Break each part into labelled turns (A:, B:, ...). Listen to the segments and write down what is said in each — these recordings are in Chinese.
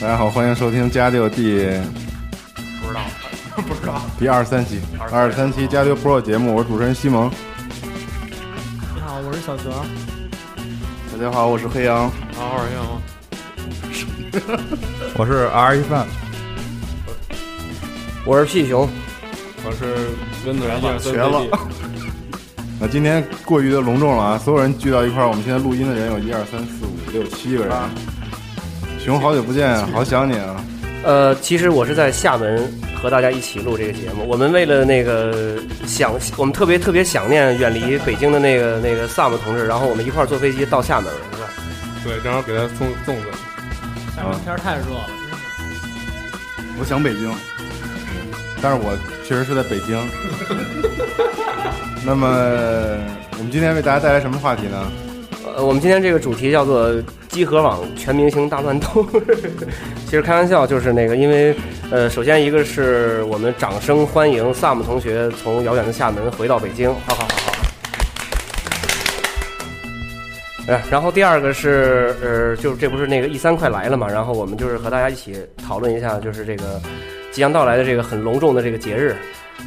A: 大家好，欢迎收听加六第
B: 不知道， 不知道。
A: 第二十三期二十三期加六 Pro 节目，我是主持人西蒙。
C: 你好，我是小泽。
A: 大家好，我是黑羊。
B: 好好用。
D: 我是 R 一范，
E: 我是屁熊，
B: 我是温子仁，
A: 绝了那今天过于的隆重了啊！所有人聚到一块儿，我们现在录音的人有一二三四五六七个人。
B: 啊
A: 熊，好久不见，好想你啊！
E: 呃，其实我是在厦门和大家一起录这个节目。我们为了那个想，我们特别特别想念远离北京的那个那个萨姆同志，然后我们一块儿坐飞机到厦门了，是吧？
B: 对，正好给他送粽子。
C: 下面天儿太热了，真是
A: 我想北京，但是我确实是在北京。那么，我们今天为大家带来什么话题呢？
E: 呃，我们今天这个主题叫做“集合网全明星大乱斗” 。其实开玩笑，就是那个，因为呃，首先一个是我们掌声欢迎萨姆同学从遥远的厦门回到北京，好好好好。呃，然后第二个是呃，就是这不是那个 E 三快来了嘛，然后我们就是和大家一起讨论一下，就是这个即将到来的这个很隆重的这个节日。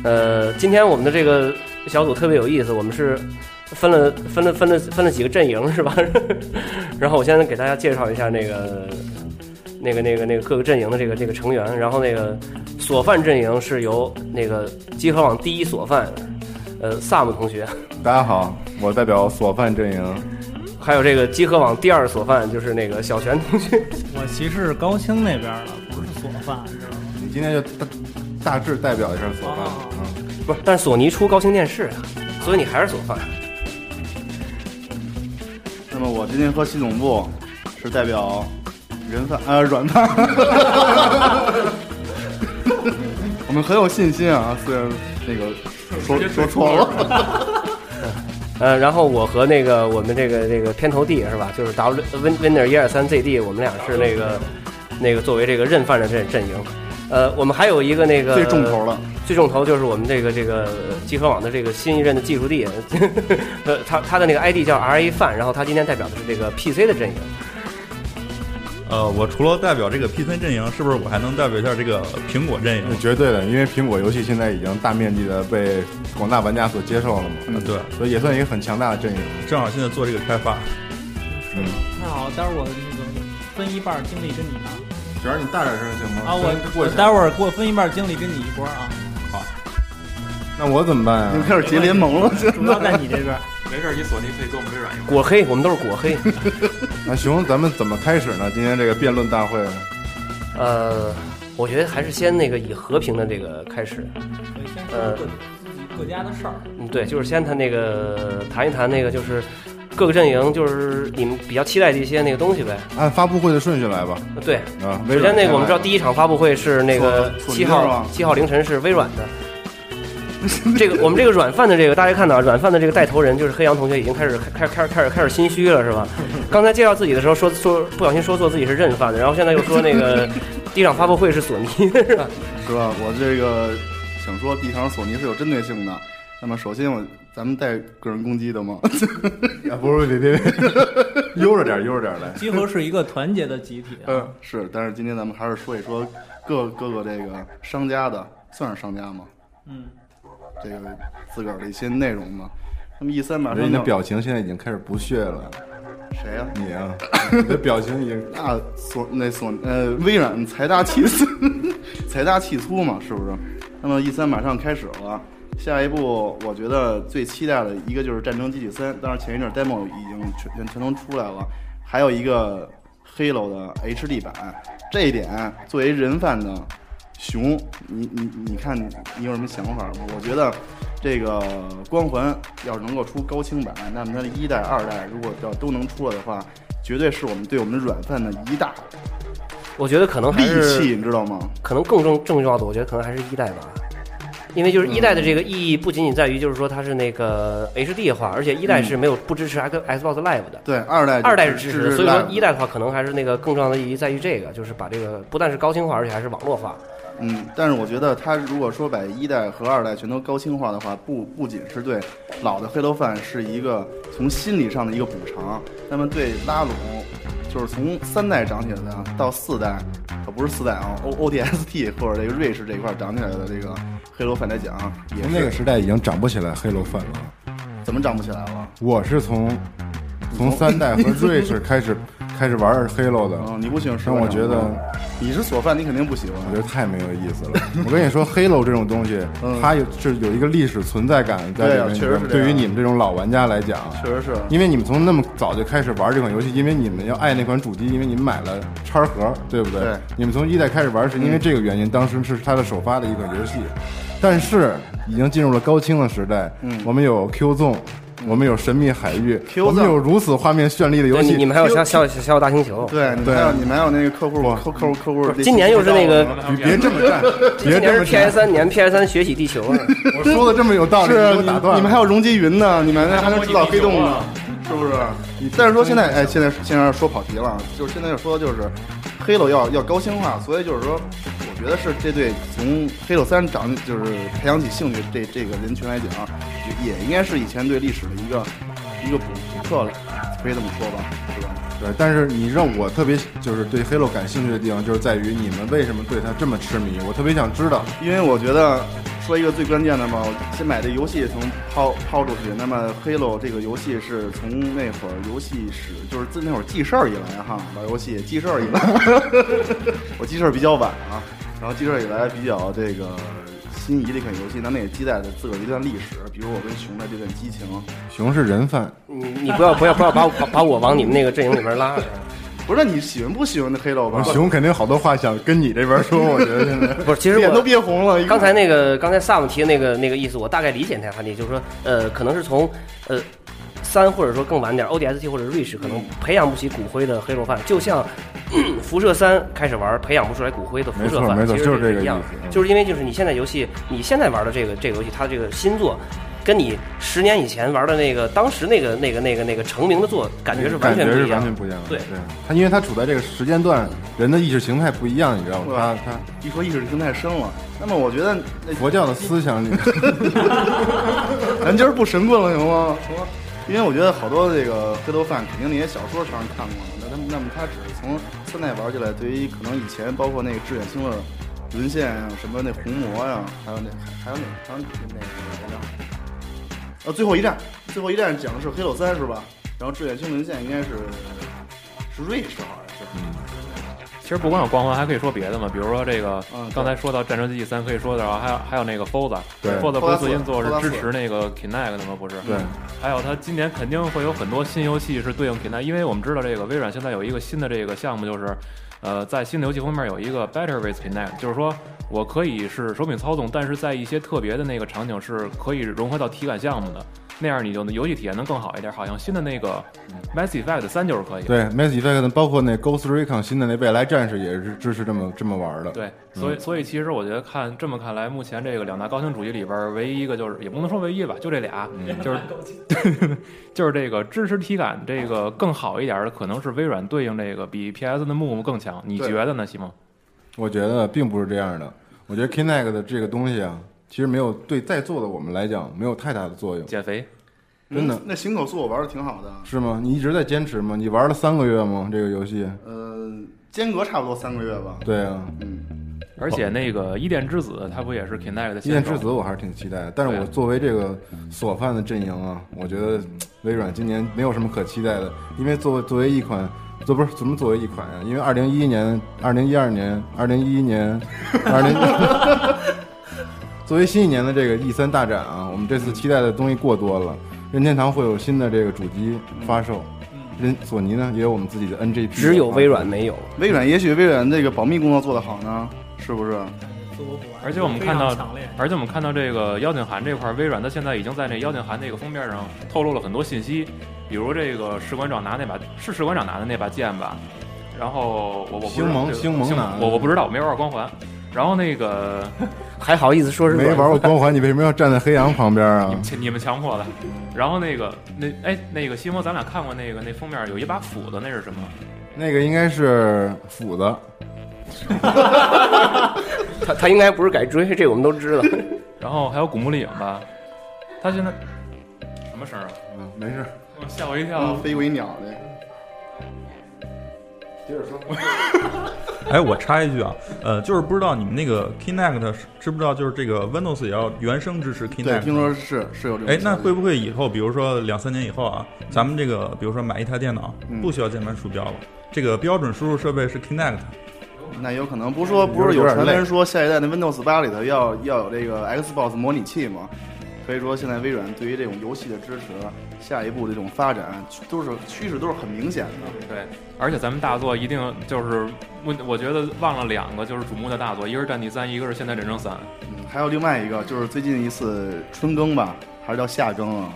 E: 呃，今天我们的这个小组特别有意思，我们是分了分了分了分了几个阵营是吧？ 然后我先给大家介绍一下那个那个那个那个各个阵营的这个这个成员。然后那个索饭阵营是由那个集合网第一索饭，呃萨姆同学，
A: 大家好，我代表索饭阵营。
E: 还有这个集合网第二索饭就是那个小泉同学。
C: 我其实是高清那边的，不是索饭，你知道吗？
A: 你今天就大大致代表一下索饭
C: 哦
A: 啊。嗯
E: 不是，但是索尼出高清电视啊，所以你还是索饭。
F: 那么我今天和系总部是代表人贩呃软贩，我们很有信心啊，虽然那个说说错 了，
E: 呃，然后我和那个我们这个这个片头弟是吧，就是 W Win Winner 一二三 ZD，我们俩是那个那个作为这个认犯的阵阵营。呃，我们还有一个那个
F: 最重头了，
E: 最重头就是我们这个这个集合网的这个新一任的技术弟，呃，他他的那个 ID 叫 R A 范，然后他今天代表的是这个 PC 的阵营。
D: 呃，我除了代表这个 PC 阵营，是不是我还能代表一下这个苹果阵
A: 那
B: 嗯
D: 营？
A: 绝对的，因为苹果游戏现在已经大面积的被广大玩家所接受了嘛，
D: 嗯，对，
A: 所以也算一个很强大的阵营。
D: 正好现在做这个开发，
C: 太好了，待会儿我那个分一半精力跟你啊。
A: 主要你大点声行吗
C: 啊，我我待会儿给我分一半精力跟你一波啊，
A: 那我怎么办
F: 你们
A: 啊？
F: 开始结联盟了，现
C: 主
F: 在
C: 要在你这 边。
B: 没事，你索尼可以给我们微软一块。
E: 果黑，我们都是果黑。
A: 那熊，咱们怎么开始呢？今天这个辩论大会，
E: 呃，我觉得还是先那个以和平的这个开始。
C: 对先
E: 呃
C: 说各自己各家的事儿，
E: 嗯，对，就是先谈那个谈一谈那个就是各个阵营就是你们比较期待的一些那个东西呗。
A: 按发布会的顺序来吧。
E: 呃对，
A: 啊，微软
E: 首先那个我们知道
A: 先
E: 第一场发布会是那个
F: 索索尼
E: 七
F: 是
E: 号
F: 吧
E: 七号凌晨是微软的。这个我们这个软饭的这个，大家看到啊，软饭的这个带头人就是黑羊同学，已经开始开开开开始开始心虚了，是吧？刚才介绍自己的时候说说不小心说错自己是任饭的，然后现在又说那个第一场发布会是索尼的，是吧？
F: 是吧？我这个想说，地堂索尼是有针对性的。那么首先我咱们带个人攻击的吗？
A: 来，啊不是，别别别， 悠着点，悠着点来。
C: 集合是一个团结的集体啊。
F: 嗯， 是，但是今天咱们还是说一说各各个这个商家的，算是商家吗？
C: 嗯，
F: 这个自个儿的一些内容嘛。那么 E 三
A: 我
F: 马
A: 觉得
F: 上
A: 你的
F: 就
A: 表情现在已经开始不屑了，
F: 谁呀、
A: 你啊，你的表情已 经
F: 那索那索呃，微 软财大气粗，财大气粗嘛，是不是？那么 E 三马上开始了，下一步，我觉得最期待的一个就是《战争机器三》，当然前一阵 demo 已经全全都出来了，还有一个《Halo》的 HD 版。这一点，作为人贩的熊，你你你看你你有什么想法吗？我觉得这个光环要是能够出高清版，那么它的一代、二代如果要都能出了的话，绝对是我们对我们软饭的一大
E: 我觉得可能还
F: 利
E: 是
F: 器，你知道吗？
E: 可能更重重要的，我觉得可能还是一代吧，因为就是一代的这个意义不仅仅在于就是说它是那个 HD 化，而且一代是没有不支持 X Xbox Live 的。
F: 对，二代
E: 二代是
F: 是
E: 支持的，所以说
F: Live
E: 一代的话，可能还是那个更重要的意义在于这个，就是把这个不但是高清化，而且还是网络化。
F: 嗯，但是我觉得它如果说把一代和二代全都高清化的话，不不仅是对老的黑头饭是一个从心理上的一个补偿，那么对拉拢，就是从三代长起来的到四代，可不是四代啊，O O D S T 或者这个瑞士这一块长起来的这个黑头饭来讲，也
A: 从
F: 是
A: 那个时代已经长不起来黑楼饭了。
F: 怎么长不起来了？
A: 我是从从三代和瑞士开始开始玩黑楼的，
F: 嗯，你不喜欢吃
A: 但
F: 饭
A: 我
F: 吗？
A: 觉得
F: 你是索饭，你肯定不喜欢
A: 我。觉得太没有意思了。我跟你说，黑楼这种东西，
F: 嗯
A: 它有是有一个历史存在感在里
F: 对啊
A: 面的。
F: 确实是这样
A: 对于你们这种老玩家来讲，
F: 确实是，
A: 因为你们从那么早就开始玩这款游戏，因为你们要爱那款主机，因为你们买了叉盒，对不对？
F: 对嗯
A: 你们从一代开始玩是因为这个原因，当时是它的首发的一款游戏，但是已经进入了高清的时代。嗯，我们有 Q 纵，我们有神秘海域
F: Q
A: 我们
F: 纵
A: 有如此画面绚丽的游
E: 对，
A: 戏。
E: 你你们还有
A: Q-
E: 像小小小大星球，
F: 对，你们
A: 对
F: 还有你们还有那个客户
A: 我
F: 客客户客户，
E: 今年又是那个
A: 别别这么干，别
E: 今年
A: 这
E: 是
A: 么
E: P
A: 干
E: S 三年 P S 三学习地球，啊
A: 我说的这么有道理，
F: 是啊
A: 你给我打断了
F: 你们还有容积云呢，你们还能制造黑洞呢，是不是？但是说现在，哎，现在现在说跑题了，啊就是现在说的就是黑楼要要高清化，所以就是说，我觉得是这对从黑楼三长就是培养起兴趣这这个人群来讲，啊也也应该是以前对历史的一个一个补补课了，可以这么说吧，是吧？
A: 对，但是你让我特别就是对 Halo 感兴趣的地方，就是在于你们为什么对它这么痴迷，我特别想知道。
F: 因为我觉得说一个最关键的嘛，我先把这游戏从抛抛出去。那么 Halo 这个游戏是从那会儿游戏史，就是自那会儿记事儿以来哈，玩游戏记事儿以来， 我记事儿比较晚啊，然后记事儿以来比较这个心仪的一款游戏，那么也记载着自个儿一段历史，比如我跟熊的这段激情。
A: 熊是人贩，
E: 你你不要不要不要把我把把我往你们那个阵营里边拉。
F: 不是你喜欢不喜欢的 Halo
E: 啊
F: 吧？
A: 熊肯定有好多话想跟你这边说，我觉得现在。
E: 不是，其实
F: 脸都
E: 我
F: 憋红了。一看
E: 刚才那个刚才萨姆提的那个那个意思，我大概理解他的，就是说，呃，可能是从呃三或者说更晚点 ODST 或者瑞士，可能培养不起骨灰的黑罗饭，就像咳辐射三开始玩培养不出来骨灰的辐射饭，
A: 没错没错
E: 其实
A: 就是这个
E: 一样
A: 意思，嗯
E: 就是因为就是你现在游戏，你现在玩的这个这个游戏，它这个新作。跟你十年以前玩的那个，当时那个、那个、那个、那个成名的作，感觉是完
A: 感
E: 全
A: 觉
E: 不
A: 是
E: 一
A: 完
E: 样。
A: 全不一样的。
E: 对
A: 对，他因为他处在这个时间段，人的意识形态不一样，你知道吗？他他
F: 一说意识形态深了，那么我觉得那
A: 佛教的思想里，
F: 咱今儿不神棍了行吗？行吗？因为我觉得好多这个黑头饭肯定那些小说上看过，那他们那么他只是从三代玩起来，对于可能以前包括那个致远星的沦陷呀、什么那红魔呀、还有那还有那还有那那个呃、最后一战，最后一战讲的是黑手三是吧？然后致远星沦陷应该是是瑞士好像是，
B: 其实不光有光环，还可以说别的嘛，比如说这个
F: 嗯对
B: 刚才说到《战争机器三》，可以说的，然后还有还有那个 FOZA，FOZA
A: 对
B: 不是
F: Forza，
B: 自音做，
F: Forza
B: 是支持那个 Kinect 的吗？不是？
A: 对。
B: 还有它今年肯定会有很多新游戏是对应 Kinect，因为我们知道这个微软现在有一个新的这个项目，就是呃，在新的游戏方面有一个 Better with Kinect，就是说我可以是手柄操纵，但是在一些特别的那个场景是可以融合到体感项目的。那样你就游戏体验能更好一点，好像新的那个 Mass Effect 三就是可以。
A: 对 Mass Effect 包括那 Ghost Recon 新的那未来战士也是支持这么这么玩的。
B: 对，所
A: 嗯
B: 以所以其实我觉得看这么看来，目前这个两大高清主机里边儿，唯一一个就是也不能说唯一吧，就这俩，
A: 嗯
B: 就是 就是这个支持体感这个更好一点儿的，可能是微软对应这个比 PS 的 Move 更强，你
F: 对
B: 觉得呢，西蒙？
A: 我觉得并不是这样的。我觉得 Kinect 的这个东西啊，其实没有对在座的我们来讲没有太大的作用，
B: 减肥，
A: 真的
F: 嗯那行口素我玩的挺好的，
A: 是吗？你一直在坚持吗？你玩了三个月吗？这个游戏？
F: 呃，间隔差不多三个月吧，
A: 对啊，
F: 嗯。
B: 而且那个伊甸之子，它不也是 Kinect 的
A: 《一
B: 先
A: 念
B: 手
A: 之子》我还是挺期待的，但是我
B: 对啊
A: 作为这个索饭的阵营啊，我觉得嗯微软今年没有什么可期待的，因为作为作为一款，这不是怎么作为一款呀、因为二 零一一年、二零一二年、二零一一年、二零 作为新一年的这个 E 三大展啊，我们这次期待的东西过多了。任天堂会有新的这个主机发售，
B: 嗯
A: 任索尼呢也有我们自己的 NGP，
E: 只有微软没有。
F: 微软也许微软这个保密工作做得好呢，是不是？
C: 自我补完，
B: 而且我们看到
C: 非常强烈，
B: 而且我们看到这个邀请函这块儿，微软它现在已经在那邀请函那个封面上透露了很多信息，比如这个士官长拿那把是士官长拿的那把剑吧，然后我我不知道
A: 星盟
B: 这个
A: 星盟拿的
B: 我我不知道，我没玩过光环。然后那个
E: 还好意思说是
A: 没玩过光环，你为什么要站在黑羊旁边啊？
B: 你你们强迫的，然后那个那哎那个西蒙，咱俩看过那个那封面有一把斧子，那是什么？
A: 那个应该是斧子，
E: 他他应该不是改追，这我们都知道。
B: 然后还有古墓丽影吧，他现在什么声儿啊？
A: 嗯，没事，
B: 我吓我一跳
F: 嗯，。飞过一鸟的。
A: 接着说。
D: 哎，我插一句啊，呃，就是不知道你们那个 Kinect 是知不知道，就是这个 Windows 也要原生支持
F: 对，听
D: Kinect。
F: 说是是有这种消
D: 哎
F: 息。，
D: 那会不会以后，比如说两三年以后啊，咱们这个，比如说买一台电脑，
F: 嗯
D: 不需要键盘鼠标了，这个标准输入设备是 Kinect，
F: 那有可能不是说不是有传闻说下一代的 Windows 八里头要要有这个 Xbox 模拟器吗？可以说现在微软对于这种游戏的支持，下一步这种发展都是趋势都是很明显的。
B: 对，而且咱们大作一定就是我我觉得忘了两个就是瞩目的大作，一个是《战地三》，一个是《现代战争三》。
F: 嗯，还有另外一个就是最近一次春更吧，还是叫夏更啊？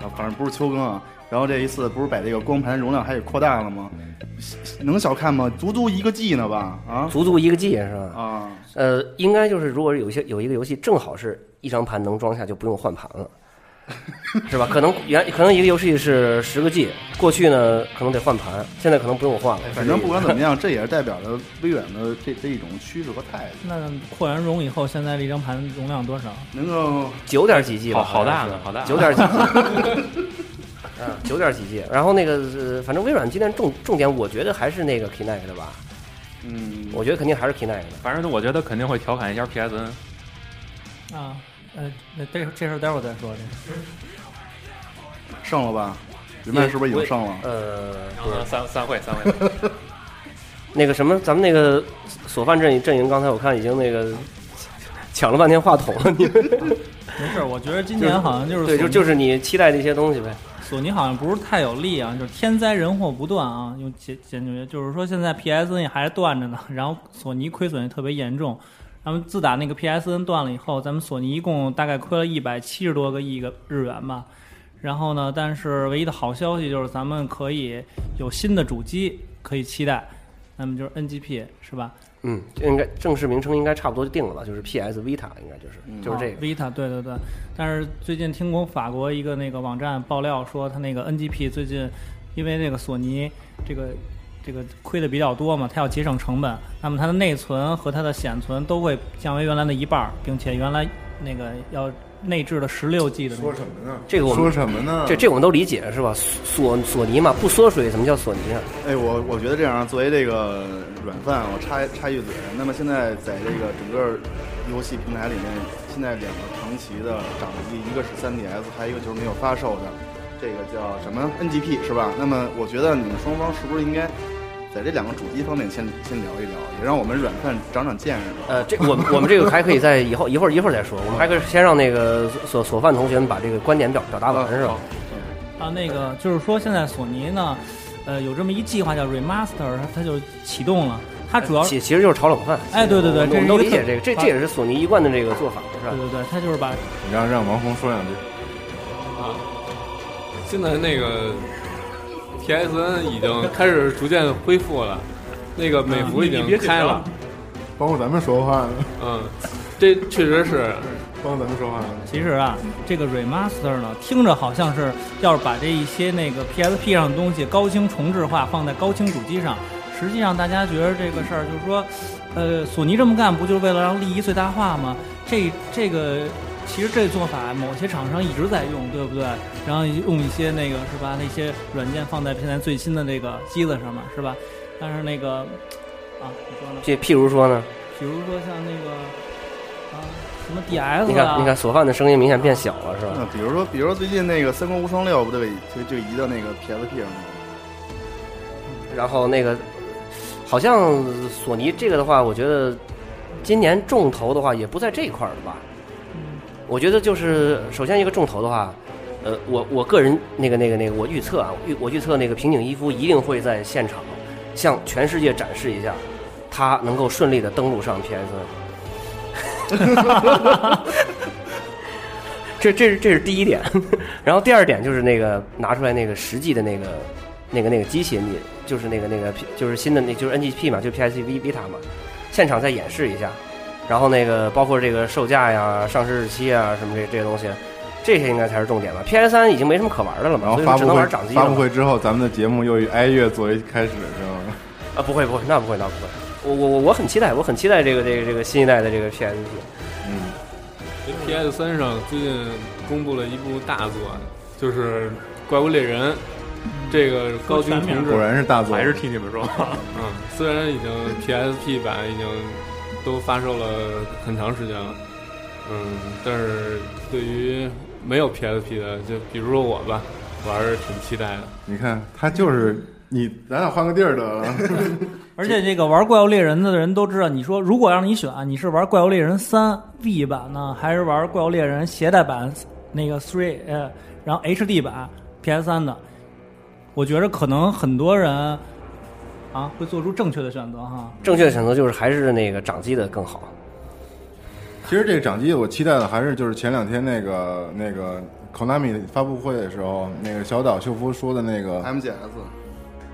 F: 啊，反正不是秋更啊。然后这一次不是把这个光盘容量还给扩大了吗？能小看吗？足足一个 G 呢吧？啊
E: 足足一个 G 是吧？
F: 啊！
E: 呃，应该就是如果有一些有一个游戏正好是一张盘能装下，就不用换盘了，是吧？可能原可能一个游戏是十个 G，过去呢可能得换盘，现在可能不用换了。
F: 哎反正不管怎么样，这也是代表着微软的这这一种趋势和态度。
C: 那扩完容以后，现在这张盘容量多少？
F: 能够
E: 九点几 G 吧，
B: 好好大呢
E: 像是
B: 好大
E: 九点几 G，啊，九点几 G。然后那个，呃反正微软今年重重点，我觉得还是那个 Kinect 的吧，
F: 嗯，
E: 我觉得肯定还是 Kinect 的。
B: 反正我觉得肯定会调侃一下 PSN。
C: 啊，呃，那这这事儿待会儿再说。这
F: 上了吧？人脉是不是已经上了？
E: 呃，
B: 然后呢，散散会散 会。
E: 那个什么，咱们那个索饭阵营阵营，刚才我看已经那个抢了半天话筒了，你们
C: 没事儿，我觉得今年好像就是
E: 对，就
C: 索尼
E: 就是你期待的一些东西呗。
C: 索尼好像不是太有利啊，就是天灾人祸不断啊，用解解决就是说现在 PSN 还断着呢，然后索尼亏损也特别严重。然后自打那个 PSN 断了以后，咱们索尼一共大概亏了一百七十多个亿个日元吧。然后呢，但是唯一的好消息就是咱们可以有新的主机可以期待，那么就是 NGP 是吧？
E: 嗯，这应该正式名称应该差不多就定了吧，就是 PS Vita，应该就是就是这
C: 啊
E: 个。
C: Vita，对对对。但是最近听过法国一个那个网站爆料说，他那个 NGP 最近因为那个索尼这个这个亏的比较多嘛，它要节省成本，那么它的内存和它的显存都会降为原来的一半儿，并且原来那个要内置的十六 G 的那
A: 说
C: 个
A: 什么呢？
E: 这个我们
A: 说什么呢？
E: 这这我们都理解是吧？索索尼嘛，不缩水，怎么叫索尼啊？
F: 哎，我我觉得这样啊，作为这个软饭，我插插一句嘴。那么现在在这个整个游戏平台里面，现在两个长期的掌机，一个是 3DS，还有一个就是没有发售的，这个叫什么 NGP 是吧？那么我觉得你们双方是不是应该在这两个主机方面先先聊一聊，也让我们软饭长长见识？
E: 呃，这我们我们这个还可以在以后一会儿一会儿再说，我们还可以先让那个索索范同学们把这个观点表表达完是吧？
C: 啊，那个就是说现在索尼呢，呃，有这么一计划叫 Remaster，它它就启动了，它主要
E: 其其实就是炒冷饭。
C: 哎对对对
E: 我们
C: 这
E: 我
C: 是
E: 们
C: 一
E: 都理
C: 个
E: 解
C: 特
E: 这个，这这也是索尼一贯的这个做法，是吧
C: 对？对对，它就是把
A: 你让让王红说两句。
G: 现在那个 TSN 已经开始逐渐恢复了，那个美服已经开了，
A: 包括咱们说话，
G: 嗯，这确实是，
A: 包括咱们说话，
C: 其实啊，这个 remaster 呢，听着好像是要是把这一些那个 PSP 上的东西高清重置化放在高清主机上，实际上大家觉得这个事儿就是说，呃，索尼这么干不就是为了让利益最大化吗？这这个其实这做法某些厂商一直在用，对不对？然后用一些那个是吧，那些软件放在现在最新的这个机子上面是吧？但是那个啊，你说呢？
E: 这譬如说呢，
C: 比如说像那个啊什么 DS 啊，
E: 你看你看索范的声音明显变小了，是吧
F: 那？嗯比如说，比如说最近那个《三国无双六》不就被就就移到那个 PSP 上了吗？
E: 然后那个，好像索尼这个的话，我觉得今年重头的话也不在这一块儿了吧？我觉得就是首先一个重头的话，呃，我我个人那个那个那个，我预测啊，预我预测那个平井一夫一定会在现场向全世界展示一下，他能够顺利的登陆上 PS。这这是这是第一点，然后第二点就是那个拿出来那个实际的那个那个那个机器，你就是那个那个就是新的那就是 NGP 嘛，就 PSV Vita 嘛，现场再演示一下，然后那个包括这个售价呀、上市日期啊什么这这些东西，这些应该才是重点吧。PS 三已经没什么可玩的了
A: 然
E: 嘛，
A: 后
E: 所以
A: 发
E: 只
A: 布
E: 能
A: 会
E: 玩掌机
A: 发
E: 了
A: 布
E: 嘛。
A: 会之后，咱们的节目又以哀乐作为开始，是吗？
E: 啊，不会不会，那不会那不会，我我我我很期待，我很期待这个这个这个新一代的这个 PSP。
F: 嗯
G: PS 三上最近公布了一部大作，就是《怪物猎人》，这个高清
C: 全
G: 重
C: 名
G: 置
A: 嗯果，然是大作，
B: 还是替你 们说话。
G: 嗯，虽然已经 PSP 版已经都发售了很长时间了，嗯，但是对于没有 PSP 的，就比如说我吧，我还是挺期待的。
A: 你看，他就是你，咱俩换个地儿得 了。
C: 而且这个玩怪物猎人的人都知道，你说如果让你选，啊你是玩怪物猎人三 B 版呢，还是玩怪物猎人携带版那个 Three 呃，然后 HD 版 PS 三的？我觉着可能很多人啊会做出正确的选择哈。
E: 正确的选择就是还是那个掌机的更好。
A: 其实这个掌机，我期待的还是就是前两天那个那个 Konami 发布会的时候，那个小岛秀夫说的那个，
F: MGS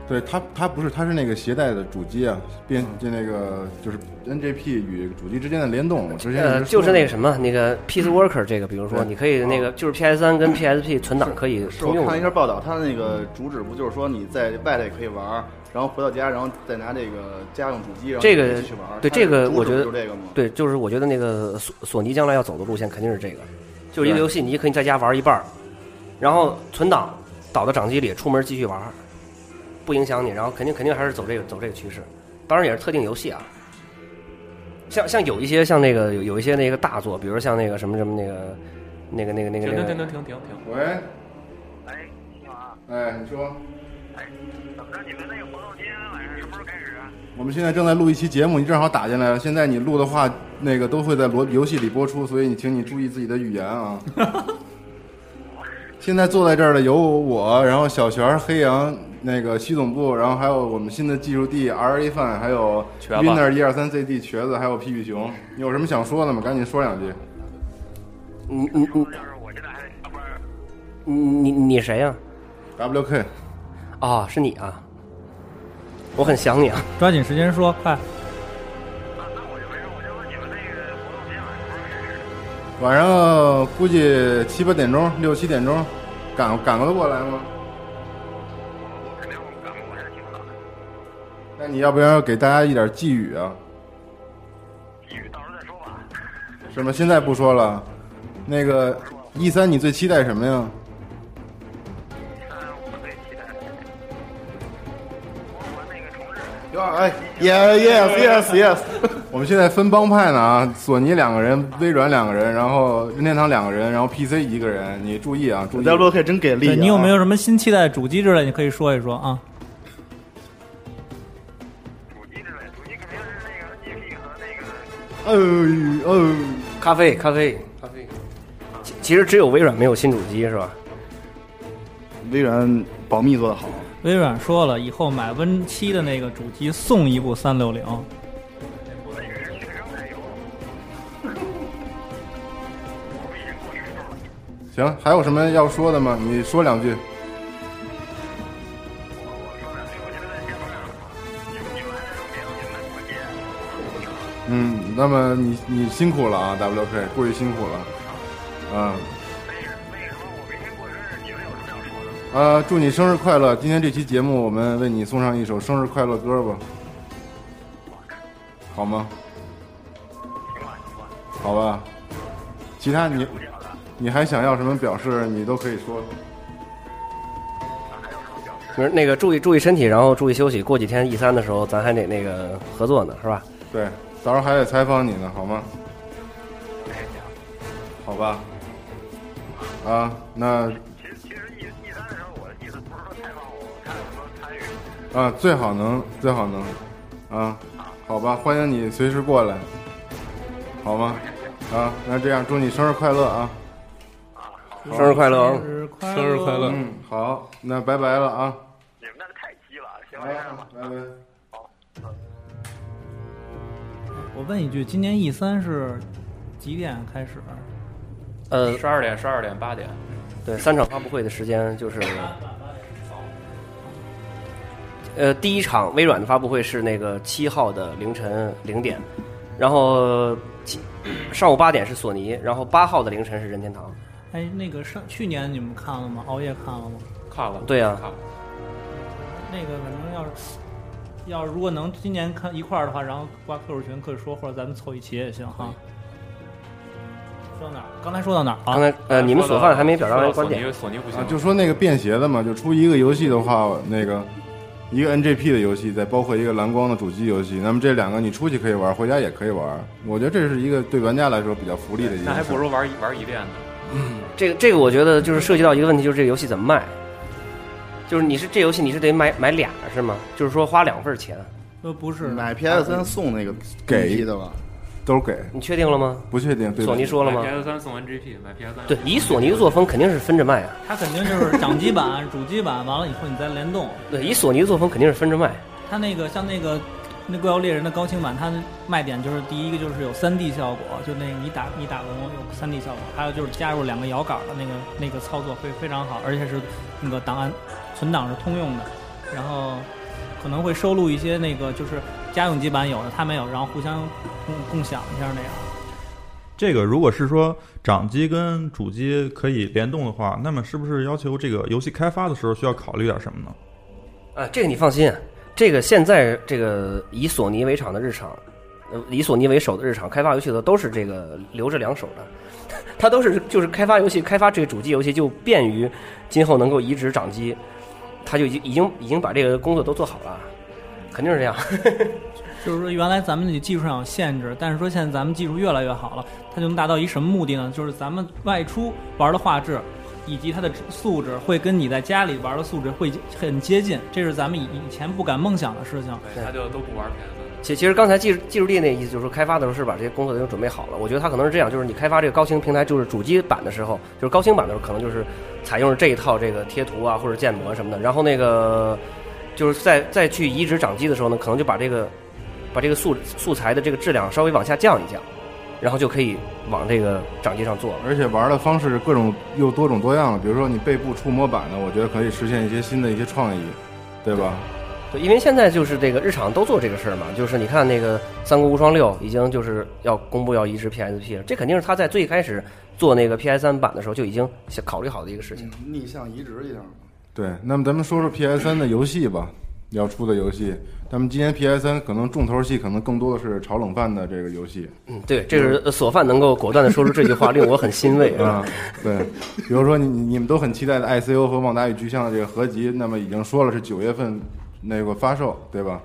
A: 对他他不是他是那个携带的主机啊，变就那个就是 NGP 与主机之间的联动，我之前
E: 呃，
A: 一直
E: 就是
A: 说
E: 那个什么，那个 Peace Worker 这个，比如说
A: 对
E: 你可以那个，就是 PS 三跟 PSP 存档可以
F: 啊是
E: 通
F: 我
E: 用
F: 看了一
E: 的
F: 下报道，它那个主旨不就是说你在外头也可以玩儿，然后回到家，然后再拿这个家用主机，然后
E: 这个
F: 继续玩儿。
E: 对
F: 它的
E: 这个，
F: 主旨
E: 我觉得
F: 不就是这个吗？
E: 对，就是我觉得那个索索尼将来要走的路线肯定是这个，就是一个游戏，你可以在家玩一半儿，然后存档导到掌机里，出门继续玩儿，不影响你。然后肯定肯定还是走这个走这个趋势，当然也是特定游戏啊。像像有一些像那个有有一些那个大作，比如像那个什么什么那个那个那个那个
B: 停
E: 那
B: 停停
E: 个
B: 停停停停！
A: 喂，哎，哎，你说，哎，怎么着？你们那个活动今天晚上什么时候开始啊？我们现在正在录一期节目，你正好打进来了。现在你录的话，那个都会在罗游戏里播出，所以你请你注意自己的语言 啊。现在坐在这儿的有我，然后小璇、黑羊、那个西总部，然后还有我们新的技术弟 RA 范，还有
B: 瘸子
A: Winner 一二三 CD 瘸子，还有屁屁熊。你有什么想说的吗？赶紧说两句。
E: 你你你，你你你谁呀、
A: WK，
E: 啊？是你啊！我很想你啊！
C: 抓紧时间说，哎快！
A: 晚上估计七八点钟、六七点钟，赶赶得过来吗？那你要不要给大家一点寄语啊？寄语到时候再说吧。什么？现在不说了。那个一三，你最期待什么呀？
F: 有点哎，yes yes yes，
A: 我们现在分帮派呢啊，索尼两个人，微软两个人，然后任天堂两个人，然后 PC 一个人。你注意啊，注意。
F: WK 真给力、啊。
C: 对你有没有什么新期待的主机之类，你可以说一说啊。
A: 哎呦，哎呦
E: 咖啡，咖啡，咖啡。其其实只有微软没有新主机是吧？
F: 微软保密做得好，
C: 微软说了，以后买 Win 七的那个主机送一部三六零。
A: 行，还有什么要说的吗？你说两句。嗯，那么你你辛苦了啊，WK，过于辛苦了，嗯。呃，祝你生日快乐！今天这期节目，我们为你送上一首生日快乐歌吧，好吗？好吧，其他你你还想要什么表示，你都可以说。
E: 不是那个注意注意身体，然后注意休息。过几天 E 三的时候，咱还得那个合作呢，是吧？
A: 对，到时候还得采访你呢，好吗？好吧。啊，那。啊，最好能，最好能，啊，好吧，欢迎你随时过来，好吗？啊，那这样祝你生日快乐啊！
E: 生日快乐啊！
C: 生日快
G: 生日快乐！
A: 嗯，好，那拜拜了啊！
H: 你们那个太鸡了，行吧？
A: 拜拜。
C: 我问一句，今年 E 三是几点开始？
E: 呃，
B: 十二点、十二点、八点，
E: 对，三场发布会的时间就是，呃，第一场微软的发布会是那个七号的凌晨零点，然后七上午八点是索尼，然后八号的凌晨是任天堂。
C: 哎，那个上去年你们看了吗？熬夜看了吗？
B: 看了。
E: 对呀
B: 看了。
C: 那个反正要是要是如果能今年看一块儿的话，然后挂 QQ 群可以说，或者咱们凑一起也行哈。说到哪儿？刚才说到哪儿
E: 刚
C: 啊？
E: 才呃，你们
B: 哎说
E: 所
B: 到
E: 犯还没表达完
B: 说
E: 观
B: 到
E: 点。
B: 索尼索尼不行
A: 啊，，就说那个便携的嘛，就出一个游戏的话，那个一个 NGP 的游戏，再包括一个蓝光的主机游戏，那么这两个你出去可以玩，回家也可以玩。我觉得这是一个对玩家来说比较福利的一件事。
B: 那还不如玩一玩一遍呢。
E: 这个这个，我觉得就是涉及到一个问题，就是这个游戏怎么卖。就是你是这游戏你是得买买俩是吗？就是说花两份钱，
C: 呃，不是，
F: 买 PS 三送那个
A: 给
F: PSP 的吧？
A: 都给，
E: 你确定了吗？
A: 不确定。对不
E: 索
A: 起
E: 尼说了吗？
B: 买 PS 三送 NGP，买 PS 三。
E: 对，以索尼作风肯定是分着卖啊。
C: 它肯定就是掌机版、 主机版，完了以后你再联动。
E: 对，以索尼作风肯定是分着卖。
C: 它那个像那个那《怪物猎人》的高清版，它的卖点就是第一个就是有3 D 效果，就那个你打你打龙有3 D 效果，还有就是加入两个摇杆的那个那个操作会非常好，而且是那个档案存档是通用的，然后可能会收录一些那个就是家用机版有的它没有，然后互相共共享一下那样。
D: 这个如果是说掌机跟主机可以联动的话，那么是不是要求这个游戏开发的时候需要考虑点什么呢？
E: 啊，这个你放心，这个现在这个以索尼为厂的日常，呃，以索尼为首的日常开发游戏的都是这个留着两手的， 它都是就是开发游戏，开发这个主机游戏就便于今后能够移植掌机，他就已已经已经把这个工作都做好了，啊肯定是这样。
C: 就是说，原来咱们的技术上有限制，但是说现在咱们技术越来越好了，它就能达到一什么目的呢？就是咱们外出玩的画质，以及它的素质会跟你在家里玩的素质会很接近，这是咱们以以前不敢梦想的事情。
B: 对，他就都不玩 PS 三。
E: 其其实刚才技术技术力那意思就是说，开发的时候是把这些工作都准备好了。我觉得他可能是这样，就是你开发这个高清平台，就是主机版的时候，就是高清版的时候，可能就是采用这一套这个贴图啊或者建模什么的。然后那个就是再再去移植掌机的时候呢，可能就把这个把这个素素材的这个质量稍微往下降一降，然后就可以往这个掌机上做了。
A: 而且玩的方式各种又多种多样了，比如说你背部触摸板的，我觉得可以实现一些新的一些创意，对吧？
E: 对，因为现在就是这个日常都做这个事儿嘛，就是你看那个《三国无双六》已经就是要公布要移植 PSP 了，这肯定是他在最开始做那个 PS 三版的时候就已经想考虑好的一个事情。
F: 逆向移植一下。
A: 对，那么咱们说说 PS 三的游戏吧，要出的游戏。那么今年 PS 三可能重头戏，可能更多的是炒冷饭的这个游戏
E: 嗯，对，这是呃索范能够果断的说出这句话，令我很欣慰 啊。
A: 啊。对，比如说你你你们都很期待的 ICO 和《旺达与巨像》的这个合集，那么已经说了是九月份那个发售，对吧？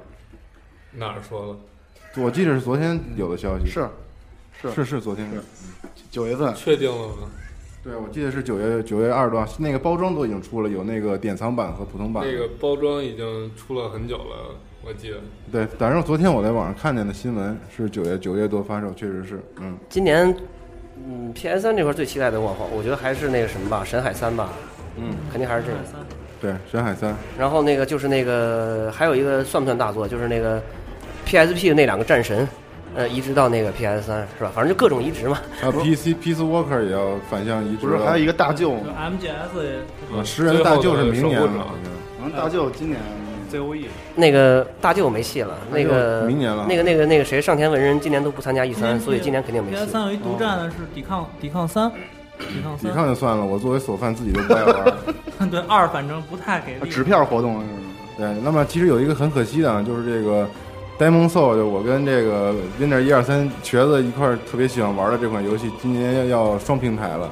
G: 哪儿说了？
A: 我记得是昨天有的消息，
F: 是是
A: 是是昨天
F: 是九月份，
G: 确定了吗？
A: 嗯对，我记得是九月九月二十多号，那个包装都已经出了，有那个典藏版和普通版。
G: 那个包装已经出了很久了，我记得。
A: 对，反正昨天我在网上看见的新闻是九月九月多发售，确实是，嗯，
E: 今年，嗯，PS 三这块最期待的我我觉得还是那个什么吧，《神海三》吧，嗯，肯定还是这个。
A: 对，《神海三》
E: 然后那个就是那个还有一个算不算大作，就是那个 PSP 的那两个战神，呃，移植到那个 PS 三是吧？反正就各种移植嘛。
A: 啊，PC PC Walker 也要反向移植
F: 不
A: 了，
F: 是还有一
A: 个
F: 个大舅
C: 就
F: 吗？
C: MGS 也
A: 十人大舅是明
G: 嗯
A: 年
G: 最后的手
A: 了，好
G: 部
A: 像
F: 可能大舅今年
B: ZOE
E: 那个大舅没戏了，那
F: 呃
E: 个
A: 明年了啊
E: 那个那个那个谁，上田文人今年都不参加 E 三，所以今年肯定没
C: PS
E: 戏。哦
C: 三有一独占的是抵抗抵抗三，抵抗
A: 抵
C: 三
A: 抗就算了，我作为索饭自己都不爱 玩。
C: 对二反正不太给力。
F: 纸票活动是啊吗？
A: 对，那么其实有一个很可惜的，啊，就是这个 Demon Soul，就我跟这个 Winner 一二三瘸子一块儿特别喜欢玩的这款游戏，今年要要双平台了，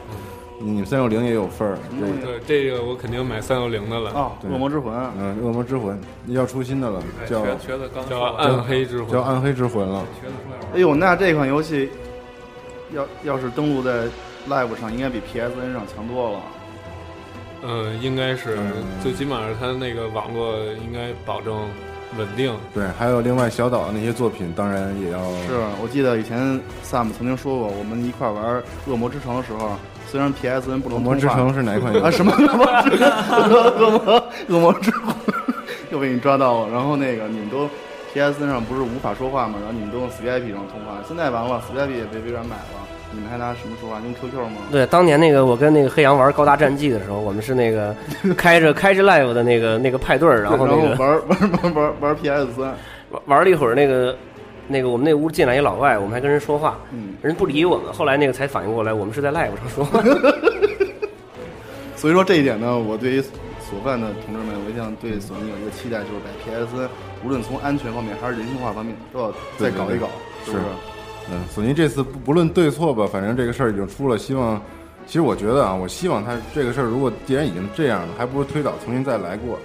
B: 嗯
A: 你们三六零也有份儿，对
F: 嗯
G: 对，这个我肯定买三六零的了，
F: 啊，恶魔之魂，
A: 嗯，恶魔之魂要出新的了，叫
B: 瘸瘸子刚
G: 叫
B: 说
G: 《
B: 完
G: 暗黑之魂
A: 叫》。暗黑之魂了。
B: 瘸子说要玩
F: 哎呦，那这款游戏要要是登录在 Live 上，应该比 PSN 上强多了。
A: 嗯
G: 嗯，应该是，最起码是它那个网络应该保证稳定。
A: 对，还有另外小岛的那些作品，当然也要
F: 是我记得以前 Sam 曾经说过，我们一块玩《恶魔之城》的时候，虽然 PSN 不能
A: 恶魔之城》是哪款游
F: 啊
A: 戏？
F: 什么恶魔之恶魔 恶魔之魂，又被你抓到了。然后那个你们都 PSN 上不是无法说话嘛，然后你们都用 Skype 上通话。现在完了，Skype 也被微软买了，你们还拿什么说话？用 QQ 吗？
E: 对，当年那个我跟那个黑羊玩《高达战记》的时候，我们是那个开着开着 live 的那个那个派对儿，然后那
F: 然
E: 个
F: 后玩 玩玩玩玩 PS 三，
E: 玩玩了一会儿，那个那个我们那屋进来一老外，我们还跟人说话，
F: 嗯，
E: 人不理我们。后来那个才反应过来，我们是在 live 上说话。
F: 所以说这一点呢，我对于索范的同志们，我一向对索尼有一个期待，就是把 PS 无论从安全方面还是人性化方面，都要再搞一搞，
A: 对对对
F: 是不
A: 是嗯，索尼这次不不论对错吧，反正这个事儿已经出了，希望。其实我觉得啊，我希望他这个事儿，如果既然已经这样了，还不如推倒重新再来过。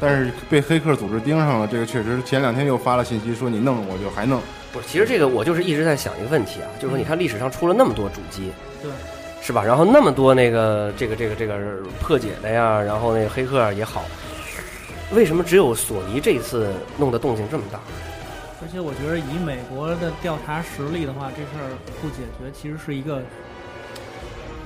A: 但是被黑客组织盯上了，这个确实前两天又发了信息说你弄我就还弄，
E: 不是，其实这个我就是一直在想一个问题啊，就是说
F: 嗯
E: 你看历史上出了那么多主机，
C: 对，
E: 是吧？然后那么多那个这个这个这个破解的呀，然后那个黑客啊也好，为什么只有索尼这一次弄的动静这么大？
C: 而且我觉得以美国的调查实力的话，这事儿不解决其实是一个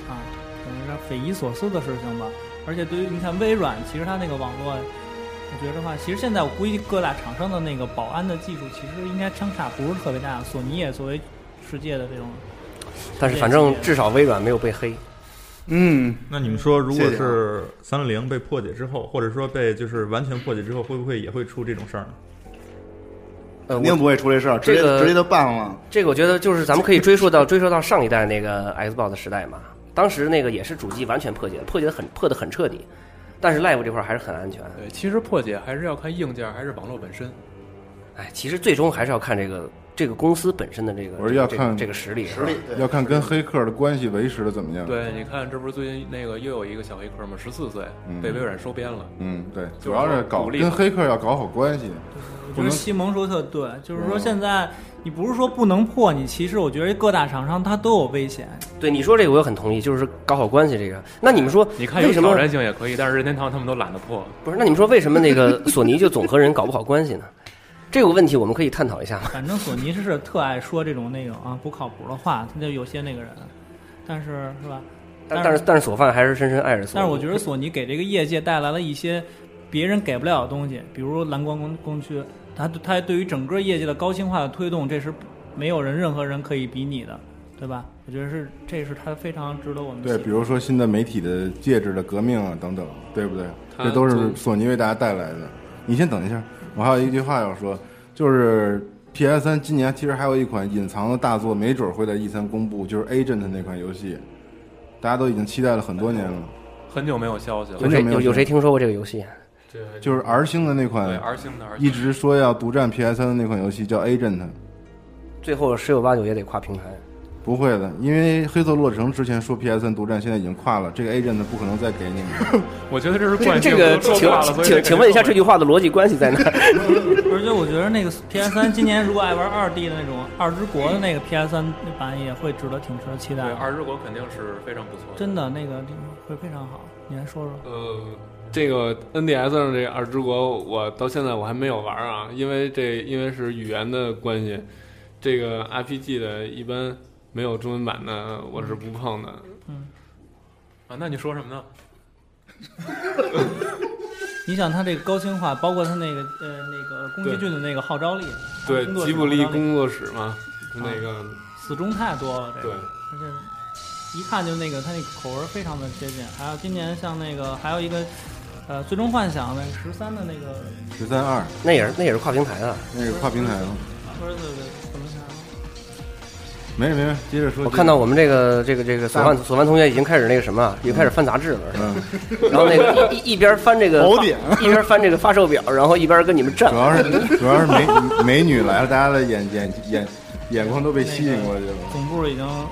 C: 啊，等于是匪夷所思的事情吧。而且对于你看微软，其实它那个网络，我觉得话，其实现在我估计各大厂商的那个保安的技术其实应该相差不是特别大。索尼也作为世界的这种，
E: 但是反正至少微软没有被黑。
F: 嗯，
D: 那你们说，如果
F: 谢谢啊
D: 是三六零被破解之后，或者说被就是完全破解之后，会不会也会出这种事儿呢？
E: 呃，
F: 肯定
E: 我
F: 不会出这事儿，直接
E: 这个
F: 直接就办了。
E: 这个我觉得就是咱们可以追溯到追溯到上一代那个 Xbox 时代嘛，当时那个也是主机完全破解，破解的很破的很彻底，但是 Live 这块儿还是很安全。
G: 对，其实破解还是要看硬件还是网络本身。
E: 哎，其实最终还是要看这个这个公司本身的这个，
A: 我是要
E: 这个
A: 看
E: 这个实力，
F: 实力
E: 是吧
F: 对
A: 要看跟黑客的关系维持的怎么样。，
G: 对，你看，这不是最近那个又有一个小黑客嘛，十四岁
A: 嗯
G: 被微软收编了。
A: 嗯，对，
G: 就是
A: 主要是
G: 说
A: 搞
G: 鼓励
A: 跟
G: 吧
A: 黑客要搞好关系。
C: 我
A: 不
C: 觉得
A: 能
C: 西蒙说特对，就是说
A: 嗯
C: 现在你不是说不能破你，其实我觉得各大厂商它都有危险。
E: 对你说这个我也很同意，就是搞好关系这个。那你们说，
G: 你看有
E: 为什么
G: 挑战性也可以，但是任天堂他们都懒得破。
E: 不是？那你们说为什么那个索尼就总和人搞不好关系呢？这个问题我们可以探讨一下嘛。
C: 反正索尼是特爱说这种那种啊不靠谱的话，他就有些那个人，但是是吧？
E: 但
C: 但
E: 但
C: 是
E: 是但是索范还是深深爱着索尼。
C: 但是我觉得索尼给这个业界带来了一些别人给不了的东西，比如蓝光工工区，它它对于整个业界的高清化的推动，这是没有人任何人可以比拟的，对吧？我觉得是这是它非常值得我们
A: 对，
C: 喜
A: 比如说新的媒体的介质的革命啊，等等，对不对？
G: 它
A: 这都是
G: 从
A: 索尼为大家带来的。你先等一下，我还有一句话要说，就是 PS 三今年其实还有一款隐藏的大作，没准会在 E 三公布，就是 Agent 那款游戏，大家都已经期待了很多年了。
G: 很久没有消息了。
E: 有
A: 很久
E: 谁
A: 没有
E: 有有
A: 说
E: 谁听说过这个游戏？啊
G: 这
A: 就是 R 星的那
G: 对
A: 款，
G: R 星的 R
A: 一
G: 星
A: 直说要独占 PS 三的那款游戏叫 Agent，
E: 最后十有八九也得跨平台。
A: 不会的，因为黑色洛城之前说 PS 三独占，现在已经跨了，这个 Agent 不可能再给你们。
G: 我觉得这是
E: 这
G: 惯性
E: 这个，
G: 我都
E: 请
G: 说话了所
E: 请
G: 以这
E: 请
G: 肯定
E: 请问一下，
G: 不
E: 这句话的逻辑关系在哪？
C: 而且我觉得那个 PS 三今年如果爱玩二 D 的那种二之国的那个 PS 三版也会值得挺值得期待
G: 对
C: 的，
G: 二之国肯定是非常不错的。
C: 真的那个会非常好。你来说说，
G: 呃，这个 NDS 上这个二之国，我到现在我还没有玩啊，因为这因为是语言的关系，这个 RPG 的一般没有中文版的我是不碰的。
C: 嗯。
G: 啊，那你说什么呢？
C: 你想它这个高清化，包括它那个呃那个宫崎骏的那个号召力，
G: 对
C: 工，作室
G: 吉卜力
C: 号召力
G: 工作室嘛，就
C: 啊
G: 那个
C: 死忠太多了，这
G: 对
C: 个，，而且一看就那个它那个口味非常的接近。还有今年像那个还有一个呃最终幻想那个十三的那个
A: 十三二
E: 那也是那也是跨平台的。啊
A: 那个跨平台了，
C: 不是那个怎么想啊？
A: 没事没事，接着说。
E: 我看到我们这个这个这个索万索万同学已经开始那个什么，已经开始翻杂志了。是吧
A: 嗯，
E: 然后那个一一一边翻这个
F: 宝典
E: 发一边翻这个发售表，然后一边跟你们战
A: 主。要是主要是美美女来了，大家的眼眼眼眼光都被吸引过去了。
C: 总部已经啊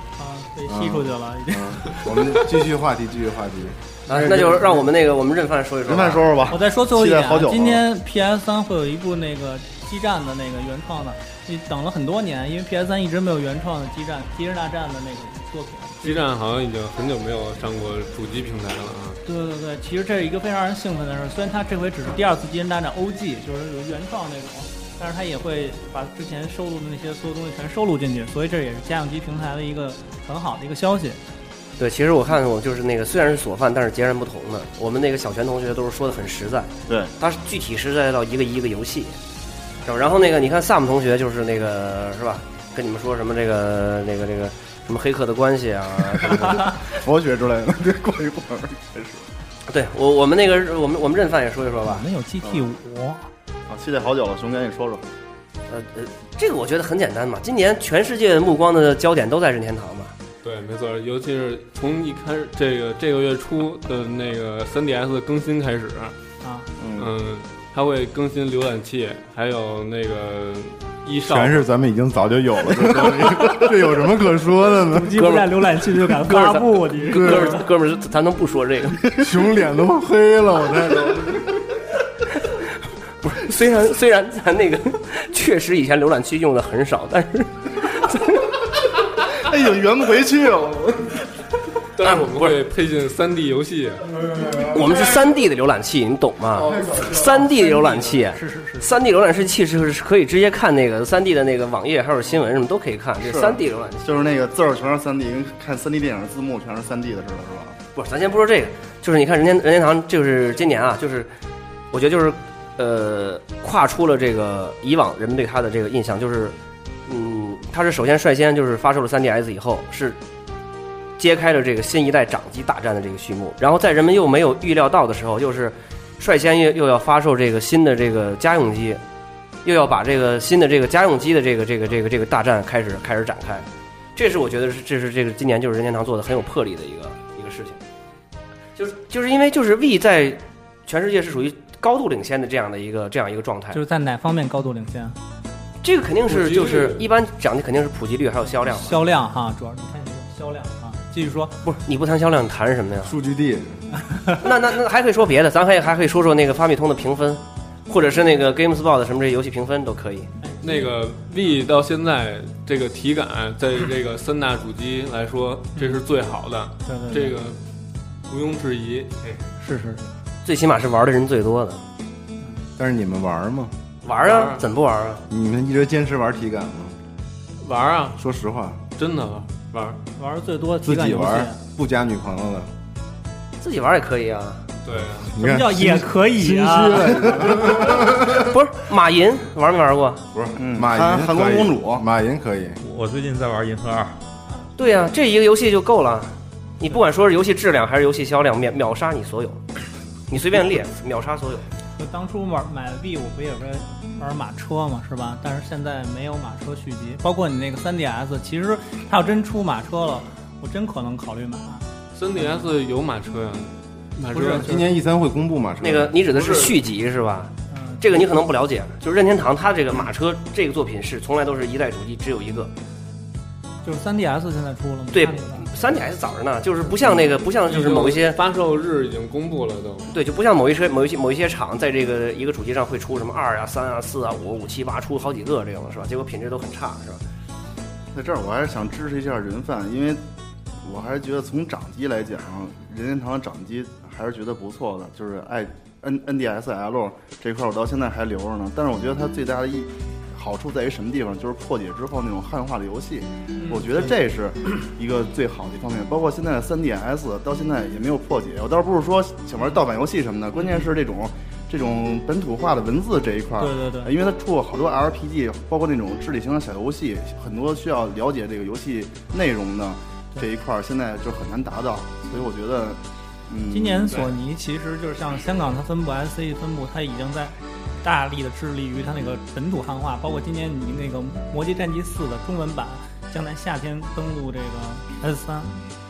C: 被吸出去了，已经。
A: 嗯，我们继续话题，继续话题。
E: 啊，那就让我们那个我们任范说一说。
F: 人贩说，说吧
C: 我，再说最后一点
F: 期待好
C: 啊
F: 久，了
C: 今天 PS 三会有一部那个基站的那个原创的，你等了很多年，因为 PS 三一直没有原创的基站即时大战的那个作品。
G: 基站好像已经很久没有上过主机平台了啊。
C: 对对对，其实这是一个非常让人兴奋的事儿。虽然它这回只是第二次机人大战 OG，就是有原创那种，但是它也会把之前收录的那些所有东西全收录进去，所以这也是家用机平台的一个很好的一个消息。
E: 对，其实我看我就是那个，虽然是索饭，但是截然不同的。我们那个小泉同学都是说的很实在，
I: 对，
E: 他是具体实在到一个一个游戏。然后那个你看萨姆同学就是那个是吧？跟你们说什么这个那个这个什么黑客的关系啊？什么的
F: 佛学之类的，这过一会儿开始。
E: 对我我们那个我们我们任范也说一说吧
C: 我。们有 GT
A: 嗯
C: 五，
F: 啊，期待好久了，熊哥你说说。
E: 呃呃，这个我觉得很简单嘛。今年全世界目光的焦点都在任天堂嘛。
G: 对，没错，尤其是从一开始这个这个月初的那个 3DS 更新开始，
C: 啊，
G: 嗯，它会更新浏览器，还有那个一少，
A: 全是咱们已经早就有了的东西，这有什么可说的呢？
C: 手机不带浏览器 就敢
E: 哥们
C: 发
E: 儿
C: 布，你
E: 哥们儿哥们儿，咱能不说这个？
A: 熊脸都黑了，我太
E: 虽然虽然咱那个确实以前浏览器用的很少，但是
F: 哎，已经圆不回去了。
G: 当
E: 啊
G: 然我们会配进 3D 游戏，
E: 我们是三 D 的浏览器，你懂吗？三 D 浏览器是是是，三 D 浏览器是是可以直接看那个三 D 的那个网页，还有新闻什么都可以看。这
F: 是
E: 三 D 浏览器
F: 就是那个字儿全是三 D，跟看三 D 电影字幕全是三 D 的似的，是吧？
E: 不是，咱先不说这个，就是你看任天任天堂，就是今年啊，就是我觉得就是呃，跨出了这个以往人们对它的这个印象，就是嗯，它是首先率先就是发售了 3DS 以后是。揭开了这个新一代掌机大战的这个序幕，然后在人们又没有预料到的时候，又是率先又又要发售这个新的这个家用机，又要把这个新的这个家用机的这个这个这个这个大战开始开始展开，这是我觉得是这是这个今年就是任天堂做的很有魄力的一个一个事情，就是就是因为就是 V 在全世界是属于高度领先的这样的一个这样一个状态
C: 就，是在哪方面高度领先？
E: 这个肯定
G: 普
E: 是
G: 及
E: 就是
G: 率
E: 一般讲的肯定是普及率还有销量嘛，
C: 销量哈，主要你看你这销量啊，继续说，
E: 不是你不谈销量你谈什么呀？
A: 数据地
E: 那那那还可以说别的，咱还还可以说说那个发米通的评分，或者是那个 GameSpot 的什么这游戏评分都可以。
G: 那个 V 到现在这个体感，在这个三大主机来说，这是最好的，
C: 对
E: 嗯
C: 对
G: 这
C: 对，
G: 个毋庸置疑。
C: 是是是，
E: 最起码是玩的人最多的。
A: 但是你们玩吗？
E: 玩
G: 玩
E: 啊
G: 啊，
E: 怎么不玩啊？
A: 你们一直坚持玩体感吗？
G: 玩啊，
A: 说实话，
G: 真的玩。
C: 玩的最多的体
A: 自
C: 感
A: 己
C: 游戏
A: 玩，不加女朋友的，
E: 自己玩也可以啊。
G: 对啊，
A: 你
C: 什么
A: 看
C: 叫也可以啊？
E: 不是马银玩没玩过？
A: 不是
F: 嗯
A: 马
F: 韩
A: 云
F: 韩国
A: 可以
F: 公主
A: 马云可以，
D: 我最近在玩《银河二》，
E: 对呀、这一个游戏就够了。你不管说是游戏质量还是游戏销量，秒秒杀你所有，你随便列，秒杀所有。
C: 我当初玩买了 B，我不也是玩马车嘛，是吧？但是现在没有马车续集，包括你那个 3DS，其实它要真出马车了，我真可能考虑买。
G: 3DS 有马车呀、马
C: 不是
G: 车
A: 今年 E 三会公布马车
E: 那个你指的是
G: 不是
E: 续集是吧？
C: 嗯，
E: 这个你可能不了解，就是任天堂它这个马车这个作品是从来都是一代主机只有一个。
C: 就是 3DS 现在出了吗？
E: 对
C: 看见了
E: 3DS 早着呢，就是不像那个不像就是嗯某一些
G: 发售日已经公布了都。
E: 对，就不像某一些某一些某一些厂在这个一个主机上会出什么二啊、三啊、四啊、五、五七八出好几个这种是吧？结果品质都很差是吧？
F: 在这儿，我还是想支持一下人贩，因为我还是觉得从掌机来讲，任天堂的掌机还是觉得不错的，就是 i n n d s l 这块儿我到现在还留着呢。但是我觉得它最大的一好处在于什么地方，就是破解之后那种汉化的游戏，
C: 嗯
F: 我觉得这是一个最好的一方面。包括现在的 3DS 到现在也没有破解，我倒不是说想玩盗版游戏什么的，关键是这种这种本土化的文字这一块儿，
C: 对对对
F: 因为它出过好多 RPG，包括那种智力型的小游戏，很多需要了解这个游戏内容的这一块儿，现在就很难达到。所以我觉得，嗯，
C: 今年索尼其实就是像香港它分部 SC 分部，它已经在大力的致力于它那个本土汉化，包括今年你那个《魔界战记四》的中文版将在夏天登陆这个 PS 三，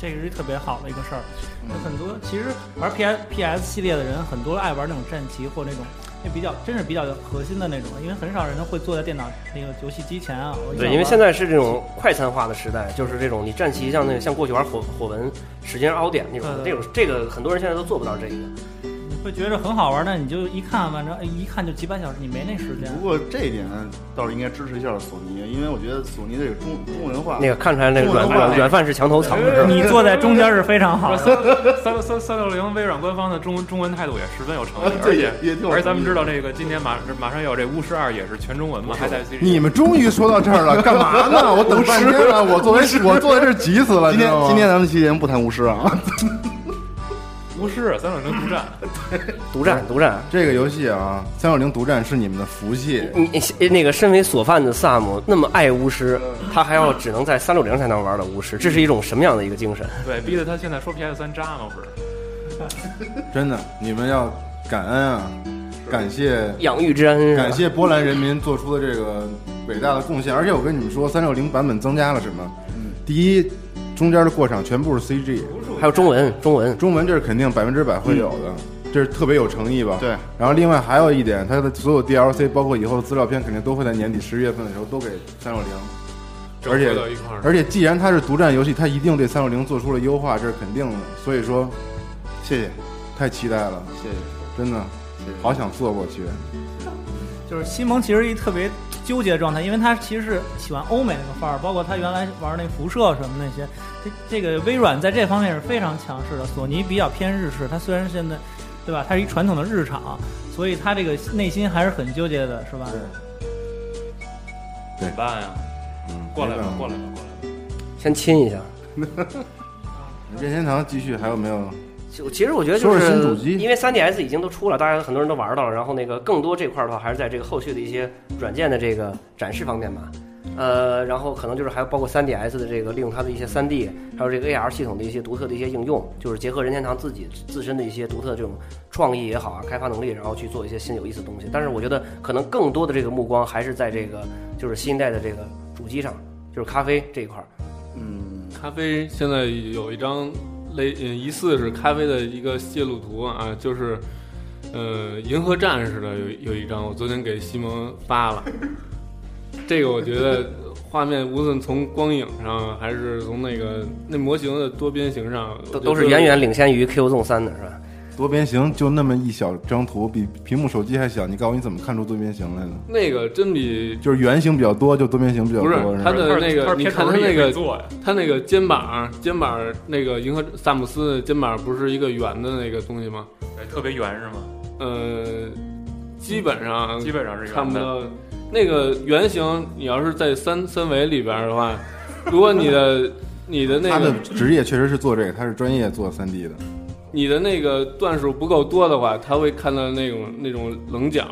C: 这个是特别好的一个事儿。有很多其实玩 PS PS 系列的人，很多爱玩那种战棋或那种。那比较真是比较核心的那种，因为很少人会坐在电脑那个游戏机前啊。我想
E: 对，因为
C: 玩
E: 现在是这种快餐化的时代，就是这种你站齐像那个像过去玩火火纹使劲凹点那种
C: 对对
E: 那种，这个很多人现在都做不到这个。
C: 会觉着很好玩，但你就一看，反正哎一看就几百小时，你没那时间
F: 不。过这一点倒是应该支持一下索尼，因为我觉得索尼这个中中国文化，
E: 那个看出来那个软
F: 中文
E: 软
F: 化
E: 软饭是墙头草，是吧
C: 你坐在中间是非常好的，
B: 三三三六零微软官方的中中文态度也十分 有诚意，
F: 啊
B: 而
F: 对也
B: 且
F: 也挺有
B: 而且咱
F: 诚
B: 们
F: 意
B: 知道这个今年马马上要有这巫师二也是全中文嘛，还在
A: 你们终于说到这儿了，干嘛呢？我等半天了，我坐在我坐在这儿急死了。
F: 今
A: 你知
F: 天
A: 道吗
F: 今天咱们期节目不谈巫师啊，
B: 巫师三六零独占，
E: 独占独占。
A: 这个游戏啊，三六零独占是你们的福气。
E: 你你那个身为索范的萨姆那么爱巫师，他还要只能在三六零才能玩的巫师，这是一种什么样的一个精神？
B: 对，逼得他现在说 PS 三渣嘛，不是？
A: 真的，你们要感恩啊，感谢
E: 养育之恩
F: 啊
E: 啊是吧，
A: 感谢波兰人民做出的这个伟大的贡献。而且我跟你们说，三六零版本增加了什么？
F: 嗯
A: 第一，中间的过场全部是 CG，
E: 还有中文中文，
A: 中文这是肯定百分之百会有的。这是特别有诚意吧？
F: 嗯对。
A: 然后另外还有一点，它的所有 DLC，包括以后的资料片，肯定都会在年底十月份的时候都给三六零。而且
G: 整合到一块儿，
A: 而且既然它是独占游戏，它一定对三六零做出了优化，这是肯定的。所以说，
F: 谢谢
A: 太期待了，
F: 谢谢，
A: 真的，好想做过去。
C: 就是西蒙其实一特别纠结的状态，因为他其实是喜欢欧美那个范儿，包括他原来玩那辐射什么那些，这这个微软在这方面是非常强势的。索尼比较偏日式，它虽然现在，对吧，它是一传统的日厂，所以它这个内心还是很纠结的，是吧？
B: 怎么办呀？
A: 嗯，
B: 过来
A: 没
B: 吧，
A: 办法
B: 过来吧，过来吧。
E: 先亲一下。
A: 任天堂继续还有没有？
E: 就其实我觉得就
A: 说
E: 是
A: 说新主机
E: 因为 3DS 已经都出了，大家很多人都玩到了。然后那个更多这块儿的话，还是在这个后续的一些软件的这个展示方面吧。呃，然后可能就是还有包括 3DS 的这个利用它的一些 3D，还有这个 AR 系统的一些独特的一些应用，就是结合任天堂自己自身的一些独特的这种创意也好啊，开发能力，然后去做一些新有意思的东西。但是我觉得可能更多的这个目光还是在这个就是新一代的这个主机上，就是咖啡这一块儿。
F: 嗯，
G: 咖啡现在有一张类呃疑似是咖啡的一个泄露图啊，就是呃银河战士的有有一张，我昨天给西蒙发了。这个我觉得画面无论从光影上还是从那个那模型的多边形上，
E: 都
G: 我觉得
E: 都是远远领先于 Q 纵三的是吧？
A: 多边形就那么一小张图，比屏幕手机还小。你告诉我你怎么看出多边形来呢？
G: 那个真比
A: 就是圆形比较多，就多边形比较多。
G: 不是
A: 是吧
G: 它的呃那
B: 他
G: 个，
B: 是
G: 你
B: 片
G: 看
B: 头
G: 它那
B: 也可以
G: 个
B: 做呀，
G: 他那个肩膀，肩膀那个银河萨姆斯的肩膀不是一个圆的那个东西吗？
B: 对特别圆是吗？
G: 呃，基本上
B: 基本上是
G: 看
B: 圆
G: 不
B: 的。
G: 到那个圆形。你要是在三三维里边的话，如果你的你的那
A: 他
G: 个
A: 的职业确实是做这个，他是专业做三 D 的。
G: 你的那个段数不够多的话，他会看到那种那种棱角。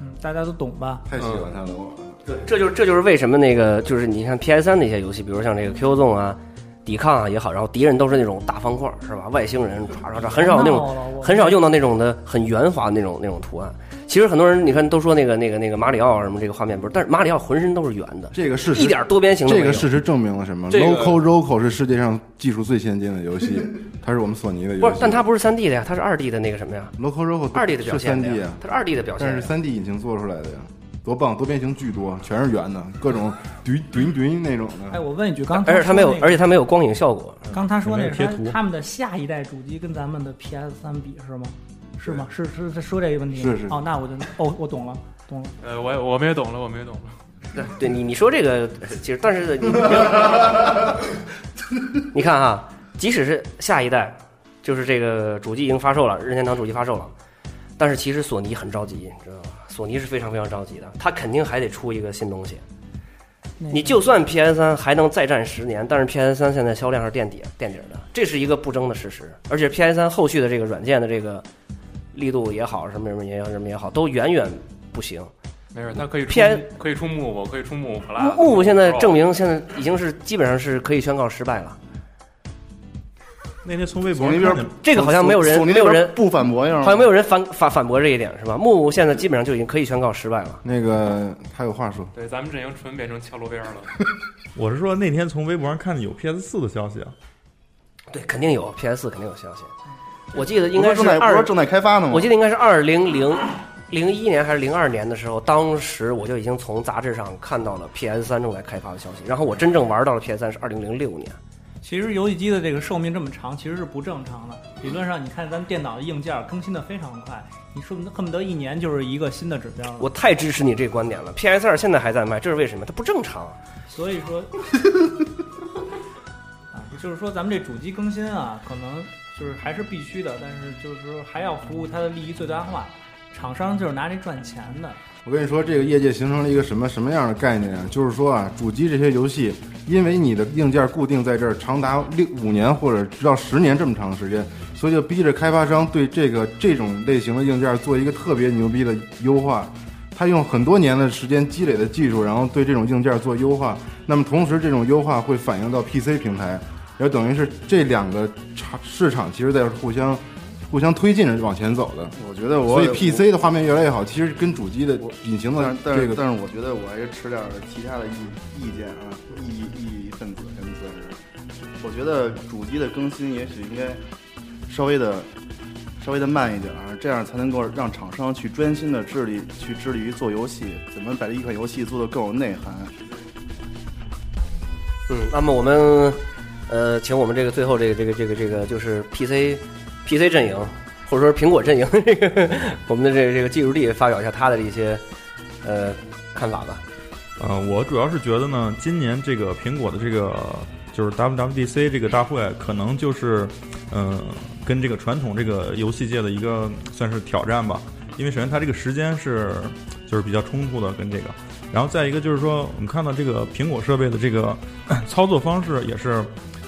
C: 嗯，大家都懂吧？
A: 太喜欢
G: 嗯
A: 他了，我
E: 对，这就是这就是为什么那个就是你看 PS 三的一些游戏，比如像这个 Q 纵啊、抵抗啊也好，然后敌人都是那种大方块儿是吧？外星人唰唰唰，很少有那种
C: 闹了我
E: 很少用到那种的很圆滑的那种那种图案。其实很多人你看都说那个那个那个马里奥啊什么这个画面不是，但是马里奥浑身都是圆的，
A: 这个事实
E: 一点多边形都没
A: 这
E: 有。
A: 个事实证明了什么、
G: 这个
A: l o c o Roco 是世界上技术最先进的游戏，它是我们索尼的游戏。
E: 不是，但它不是三 D 的呀，它是二 D 的那个什么呀？
A: Loco Roco
E: 二 D 的表
A: 是
E: 现
A: 三
E: 的
A: D
E: 呀
A: 啊，，
E: 它是二 D 的表现
A: 但
E: 呀
A: 是。三 D 引擎做出来的呀，多棒！多边形巨多，全是圆的，各种 怼怼怼那种
C: 哎，
A: 的。
C: 我问一句，刚才
E: 而且它没有
C: 说，那个
E: 而且它没有光影效果。
C: 刚他说那
D: 有没有
C: 是
D: 贴图
C: 他他们的下一代主机跟咱们的 PS 三比是吗？是吗？是是是说这个问题吗？
A: 是是
C: 哦，那我就哦，我懂了，懂了。
B: 呃，我也我们也懂了，我们也懂了。
E: 对，对你你说这个，呃其实但是你你你看啊，即使是下一代，就是这个主机已经发售了，任天堂主机发售了，但是其实索尼很着急，你知道吗？索尼是非常非常着急的，它肯定还得出一个新东西。
C: 那个
E: 你就算 PS 三还能再战十年，但是 PS 三现在销量是垫底垫底的，这是一个不争的事实。而且 PS 三后续的这个软件的这个力度也好，什么什么也好，什么也好，都远远不行。
B: 没事，他可以出
E: PS
B: 可以出幕布，可以出幕布 plus。
E: 木嗯木现
F: 哦
E: 在证
B: 明
E: 明现在已经是基本上是可以宣告失败了。
D: 那天从微博
F: 从那
D: 上看
F: 边
D: 见，
E: 这个好像没有人
F: 索尼
E: 没
F: 那
E: 有
F: 边嗯
E: 人
F: 不反驳呀，
E: 好像没有人反反反驳这一点是吧？木木现在基本上就已经可以宣告失败了。
A: 那个他有话说，
B: 对，咱们阵营纯变成敲锣边儿了。
D: 我是说那天从微博上看见有 PS 四的消息啊，
E: 对，肯定有 PS 肯定有消息。我记得应
F: 不
E: 该
F: 是正
E: 是
F: 在哎
E: 二
F: 不是，正在啊开发呢吗？
E: 我记得应该是二零零零一年还是零二年的时候，当时我就已经从杂志上看到了 PS 三正在开发的消息，然后我真正玩到了 PS 三是二零零六年。
C: 其实游戏机的这个寿命这么长，其实是不正常的。理论上，你看咱电脑的硬件儿更新的非常快，你说不定恨不得一年就是一个新的指标了。
E: 我太支持你这个观点了。PS 二现在还在卖，这是为什么？它不正常。啊
C: 所以说，啊，就是说咱们这主机更新啊，可能就是还是必须的，但是就是说还要服务它的利益最大化。厂商就是拿这赚钱的，
A: 我跟你说，这个业界形成了一个什么什么样的概念啊？就是说啊，主机这些游戏，因为你的硬件固定在这儿，长达六五年或者直到十年这么长时间，所以就逼着开发商对这个这种类型的硬件做一个特别牛逼的优化。他用很多年的时间积累的技术，然后对这种硬件做优化。那么同时，这种优化会反映到 PC 平台，也等于是这两个场市场其实在互相互相推进着往前走的。
F: 我觉得
A: 所
F: 我
A: 以 PC 的画面越来越好，其实跟主机的隐形
F: 但
A: 的
F: 是但
A: 这
F: 是
A: 个
F: 但是我觉得我还是持点儿其他的意意见啊，异异议分子跟自我觉得主机的更新也许应该稍微的稍微的慢一点啊，这样才能够让厂商去专心的致力去致力于做游戏，怎么把这一款游戏做得更有内涵。
E: 嗯，那么我们呃，请我们这个最后这个这个这个这个就是 PC PC 阵营，或者说苹果阵营，这个我们的这个这个技术力发表一下他的一些呃看法吧。
D: 呃，我主要是觉得呢，今年这个苹果的这个就是 WWDC 这个大会，可能就是，呃，跟这个传统这个游戏界的一个算是挑战吧。因为首先它这个时间是就是比较冲突的，跟这个，然后再一个就是说，我们看到这个苹果设备的这个 操作方式也是，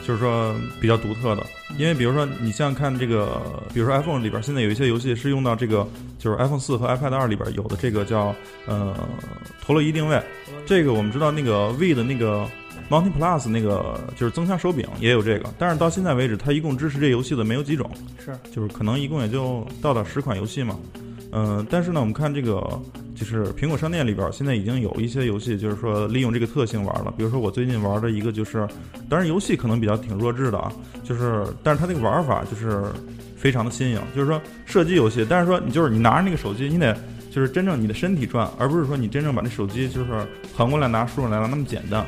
D: 就是说比较独特的。因为比如说你像看这个，比如说 iPhone 里边现在有一些游戏是用到这个，就是 iPhone 四和 iPad 二里边有的这个叫呃陀螺仪定位。这个我们知道，那个 V 的那个 Mountain Plus 那个就是增强手柄也有这个，但是到现在为止，它一共支持这游戏的没有几种，
C: 是
D: 就是可能一共也就到达十款游戏嘛。嗯、但是呢，我们看这个就是苹果商店里边儿现在已经有一些游戏，就是说利用这个特性玩了。比如说我最近玩的一个就是，当然游戏可能比较挺弱智的啊，就是但是它那个玩法就是非常的新颖，就是说射击游戏，但是说你就是你拿着那个手机，你得就是真正你的身体转，而不是说你真正把那手机就是横过来拿、竖过来拿那么简单。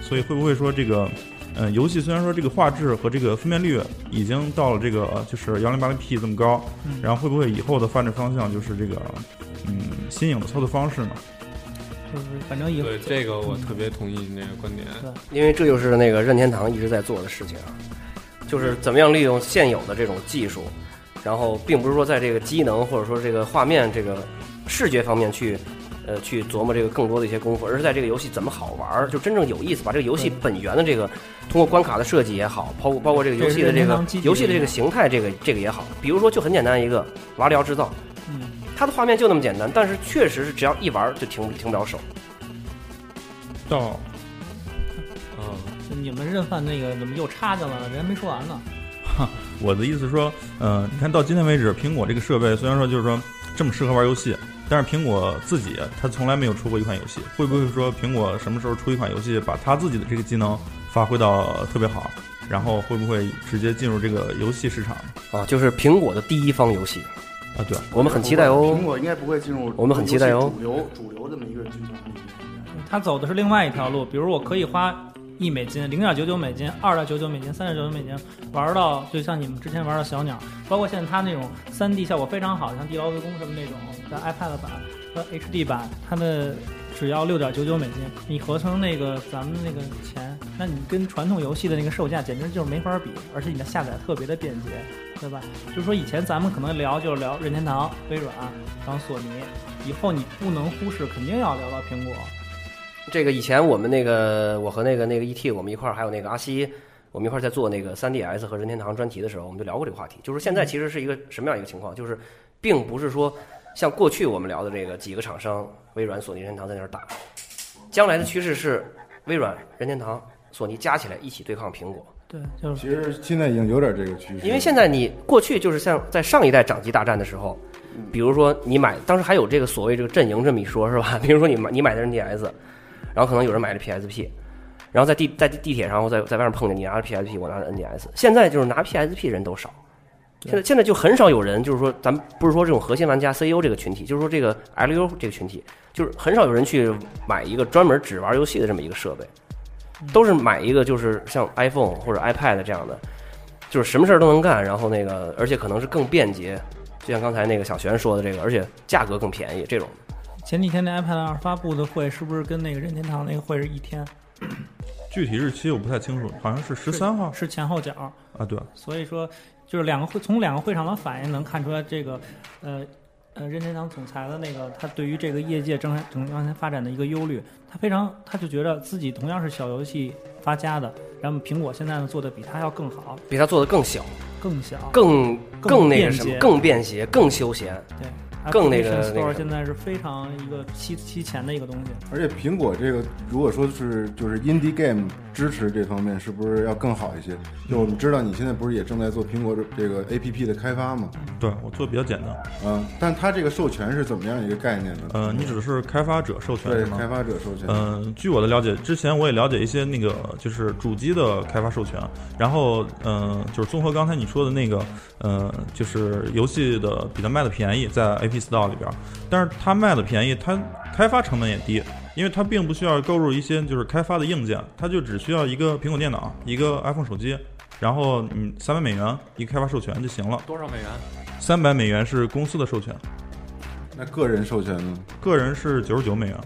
D: 所以会不会说这个，呃，游戏虽然说这个画质和这个分辨率已经到了这个呃就是幺零八零 P 这么高，
C: 嗯
D: 然后会不会以后的发展方向就是这个，嗯，新颖的操作方式呢？
C: 就是反正也
G: 对这个我特别同意你那个观点。
E: 因为这就是那个任天堂一直在做的事情啊，就是怎么样利用现有的这种技术，然后并不是说在这个机能或者说这个画面这个视觉方面去，呃，去琢磨这个更多的一些功夫，而是在这个游戏怎么好玩儿，就真正有意思，把这个游戏本源的这个通过关卡的设计也好，包括包括这个游戏的这
C: 这是任天
E: 个
C: 堂积极的
E: 游戏的这
C: 一
E: 个
C: 面
E: 形态，这个这个也好，比如说就很简单一个瓦里奥制造，
C: 嗯，
E: 它的画面就那么简单，但是确实是只要一玩儿就停不停不了手。
D: 到
G: 嗯，
C: 就你们认犯那个怎么又插进来了？人还没说完呢。
D: 我的意思说，呃，你看到今天为止，苹果这个设备虽然说就是说这么适合玩游戏，但是苹果自己它从来没有出过一款游戏，会不会说苹果什么时候出一款游戏，把它自己的这个技能发挥到特别好，然后会不会直接进入这个游戏市场呢
E: 啊，就是苹果的第一方游戏，
D: 啊？对，
E: 我们很期待哦
F: 苹。果应该不会进入
E: 我们很期待哦
F: 主流主流这么一个军团里面。
C: 他走的是另外一条路，比如我可以花一美金、零点九九美金、二点九九美金、三点九九美金玩到，就像你们之前玩到小鸟，包括现在它那种三 D 效果非常好，像地牢围攻什么那种的 iPad 版和 HD 版，它的只要六点九九美金，你合成那个咱们那个钱，那你跟传统游戏的那个售价简直就是没法比，而且你的下载特别的便捷，对吧？就是说以前咱们可能聊就是聊任天堂、微软，然后索尼，以后你不能忽视，肯定要聊到苹果。
E: 这个以前我们那个我和那个那个 ET 我们一块儿，还有那个阿西，我们一块儿在做那个 3DS 和任天堂专题的时候，我们就聊过这个话题。就是现在其实是一个什么样一个情况？就是并不是说像过去我们聊的这个几个厂商，微软、索尼、任天堂在那儿打，将来的趋势是微软、任天堂、索尼加起来一起对抗苹果。
C: 对，就是
A: 其实现在已经有点这个趋势，
E: 因为现在你过去就是像在上一代掌机大战的时候，比如说你买，当时还有这个所谓这个阵营这么一说，是吧？比如说你买你买的是 NDS，然后可能有人买的 PSP，然后在地在地地铁上或在在外面碰见你拿着 PSP，我拿着 NDS。现在就是拿 PSP 人都少，现在现在就很少有人，就是说咱们不是说这种核心玩家 CEO 这个群体，就是说这个 LU 这个群体，就是很少有人去买一个专门只玩游戏的这么一个设备。都是买一个就是像 iPhone 或者 iPad 这样的，就是什么事儿都能干，然后那个而且可能是更便捷，就像刚才那个小璇说的这个，而且价格更便宜这种。
C: 前几天那 iPad 二发布的会是不是跟那个任天堂那个会是一天？
D: 具体日期我不太清楚，好像是十三号
C: 是前后脚，
D: 啊，对，
C: 所以说就是两个会从两个会场的反应能看出来，这个呃呃任天堂总裁的那个他对于这个业界正正向前发展的一个忧虑，他非常他就觉得自己同样是小游戏发家的，然后苹果现在呢做的比他要更好，
E: 比它做的更小、
C: 更小，
E: 更
C: 更
E: 更那个什么、
C: 便捷
E: 更便携、更休闲。
C: 对。
E: 更那个
C: Application
E: 那
C: Store
E: 个
C: 现在是非常一个期期前的一个东西，
A: 而且苹果这个，如果说是就是 indie game 支持这方面，是不是要更好一些？就我们知道你现在不是也正在做苹果这个 APP 的开发吗？
D: 对我做得比较简单。
A: 嗯，但它这个授权是怎么样一个概念呢？
D: 呃，你只是开发者授权
A: 对
D: 是吗？
A: 开发者授权，
D: 嗯，据我的了解，之前我也了解一些那个就是主机的开发授权，然后嗯、呃就是综合刚才你说的那个，呃，就是游戏的比它卖的便宜，在 App Store 里边儿，但是它卖的便宜，它开发成本也低，因为它并不需要购入一些就是开发的硬件，它就只需要一个苹果电脑、一个 iPhone 手机，然后嗯三百美元一个开发授权就行了，
G: 多少美元？
D: 三百美元是公司的授权，
A: 那个人授权呢？
D: 个人是九十九美元。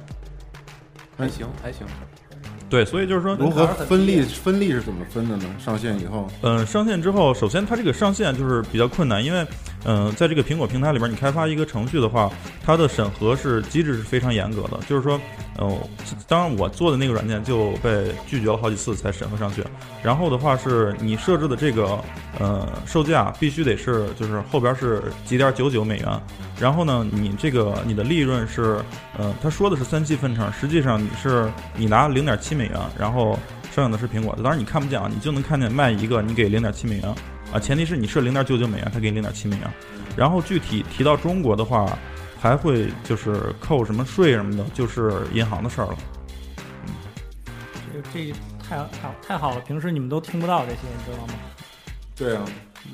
G: 还行还行，
D: 对，所以就是说
A: 如何分利？分利是怎么分的呢？上线以后，
D: 嗯，上线之后，首先它这个上线就是比较困难，因为，嗯、在这个苹果平台里边，你开发一个程序的话，它的审核是机制是非常严格的。就是说，呃，当然我做的那个软件就被拒绝了好几次才审核上去。然后的话是你设置的这个，呃，售价必须得是就是后边是几点九九美元。然后呢，你这个你的利润是，呃，他说的是三七分成，实际上你是你拿零点七美元，然后剩下的是苹果的。当然你看不见啊，你就能看见卖一个你给零点七美元啊，前提是你是零点九九美元，他给你零点七美元。然后具体提到中国的话，还会就是扣什么税什么的，就是银行的事儿了。
C: 这这太太太好了，平时你们都听不到这些，你知道吗？
A: 对啊，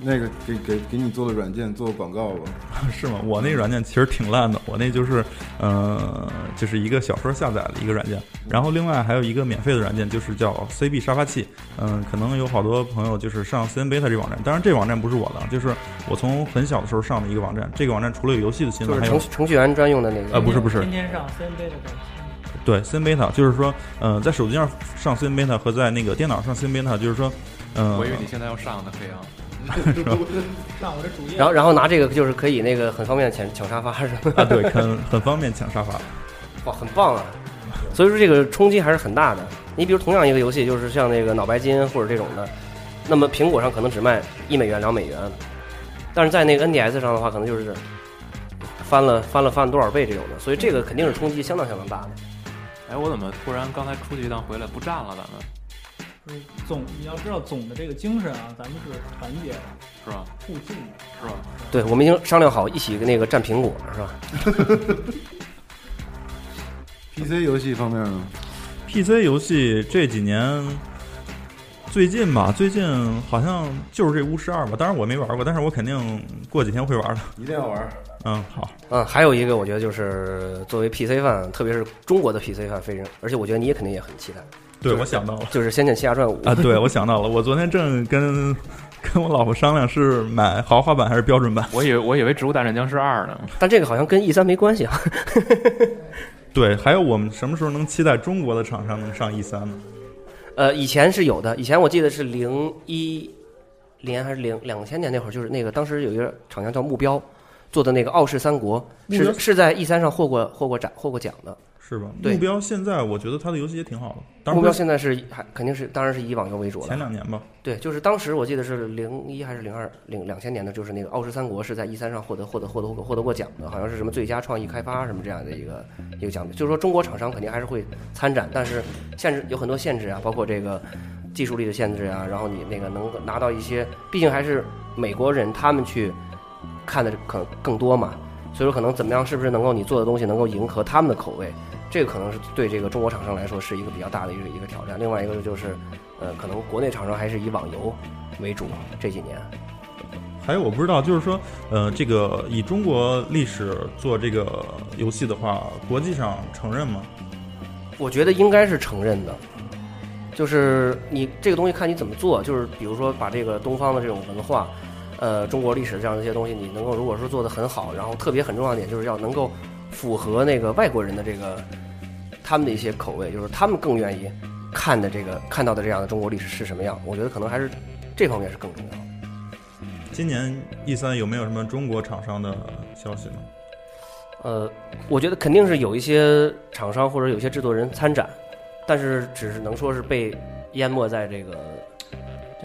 A: 那个给给给你做的软件做广告吧，
D: 是吗？我那软件其实挺烂的，我那就是，呃，就是一个小说下载的一个软件，然后另外还有一个免费的软件，就是叫 CB 沙发器。嗯、可能有好多朋友就是上 CN Beta 这网站，当然这网站不是我的，就是我从很小的时候上的一个网站。这个网站除了有游戏的新
E: 就
D: 闻，
E: 是
D: 还
E: 程
D: 有
E: 序程序员专用的那个。
D: 呃不是不是
C: 天天上 CNB 的感觉。
D: 对 CN Beta，就是说，呃，在手机上上 CN Beta 和在那个电脑上 CN Beta，就是说，嗯、
G: 我以为你现在要上呢，飞扬。
C: 上我这主页，
E: 然后，然后拿这个就是可以那个很方便的抢抢沙发什么
D: 啊
E: 的，
D: 对，很很方便抢沙发。
E: 哇，很棒啊！所以说这个冲击还是很大的。你比如同样一个游戏，就是像那个脑白金或者这种的，那么苹果上可能只卖一美元、两美元，但是在那个 NDS 上的话，可能就是翻了翻了翻了多少倍这种的，所以这个肯定是冲击相当相当大的。
G: 哎，我怎么突然刚才出去一趟回来不站了？咱们
C: 就是总你要知道总的这个精神啊，咱们是团结的、
G: 是吧？
C: 互敬的。
G: 是吧？
E: 对，我们已经商量好一起那个占苹果，是吧？
A: PC 游戏方面呢？
D: PC 游戏这几年最近吧，最近好像就是这巫师二吧，当然我没玩过，但是我肯定过几天会玩的。
A: 一定要玩。
D: 嗯，好，
E: 嗯，还有一个我觉得就是作为 PC 范，特别是中国的 PC 范，非常，而且我觉得你也肯定也很期待，
D: 对我想到了
E: 就是《仙剑奇侠传五》
D: 啊，对我想到了，我昨天正跟跟我老婆商量是买豪华版还是标准版。
G: 我以为我以为《植物大战僵尸二》呢。
E: 但这个好像跟 E 三没关系啊。
D: 对，还有我们什么时候能期待中国的厂商能上 E 三呢？
E: 呃，以前是有的，以前我记得是零一年还是零两千年那会儿，就是那个当时有一个厂商叫目标做的那个《傲视三国》，
D: 目标
E: 是是在 E 三上获过获过展获过奖的。
D: 是吧？
E: 对
D: 目标现在我觉得它的游戏也挺好的，当
E: 目标
D: 然不是
E: 现在是还肯定是当然是以网游为主
D: 前
E: 了。
D: 两年吧。
E: 对，就是当时我记得是零一还是零二零两千年的，就是那个《傲视三国》是在 E 三上获得获得获得获得过奖的，好像是什么最佳创意开发什么这样的一个一个奖品。就是说中国厂商肯定还是会参展，但是限制有很多限制啊，包括这个技术力的限制啊，然后你那个能拿到一些，毕竟还是美国人他们去看的可能更多嘛，所以说可能怎么样，是不是能够你做的东西能够迎合他们的口味，这个可能是对这个中国厂商来说是一个比较大的一个一个挑战。另外一个就是，呃，可能国内厂商还是以网游为主这几年。
D: 还有我不知道，就是说，呃，这个以中国历史做这个游戏的话，国际上承认吗？
E: 我觉得应该是承认的，就是你这个东西看你怎么做，就是比如说把这个东方的这种文化，呃，中国历史这样的一些东西，你能够如果说做得很好，然后特别很重要的点就是要能够符合那个外国人的这个他们的一些口味，就是他们更愿意看的这个看到的这样的中国历史是什么样。我觉得可能还是这方面是更重要的。
D: 今年 E 三有没有什么中国厂商的消息呢？
E: 呃，我觉得肯定是有一些厂商或者有些制作人参展，但是只是能说是被淹没在这个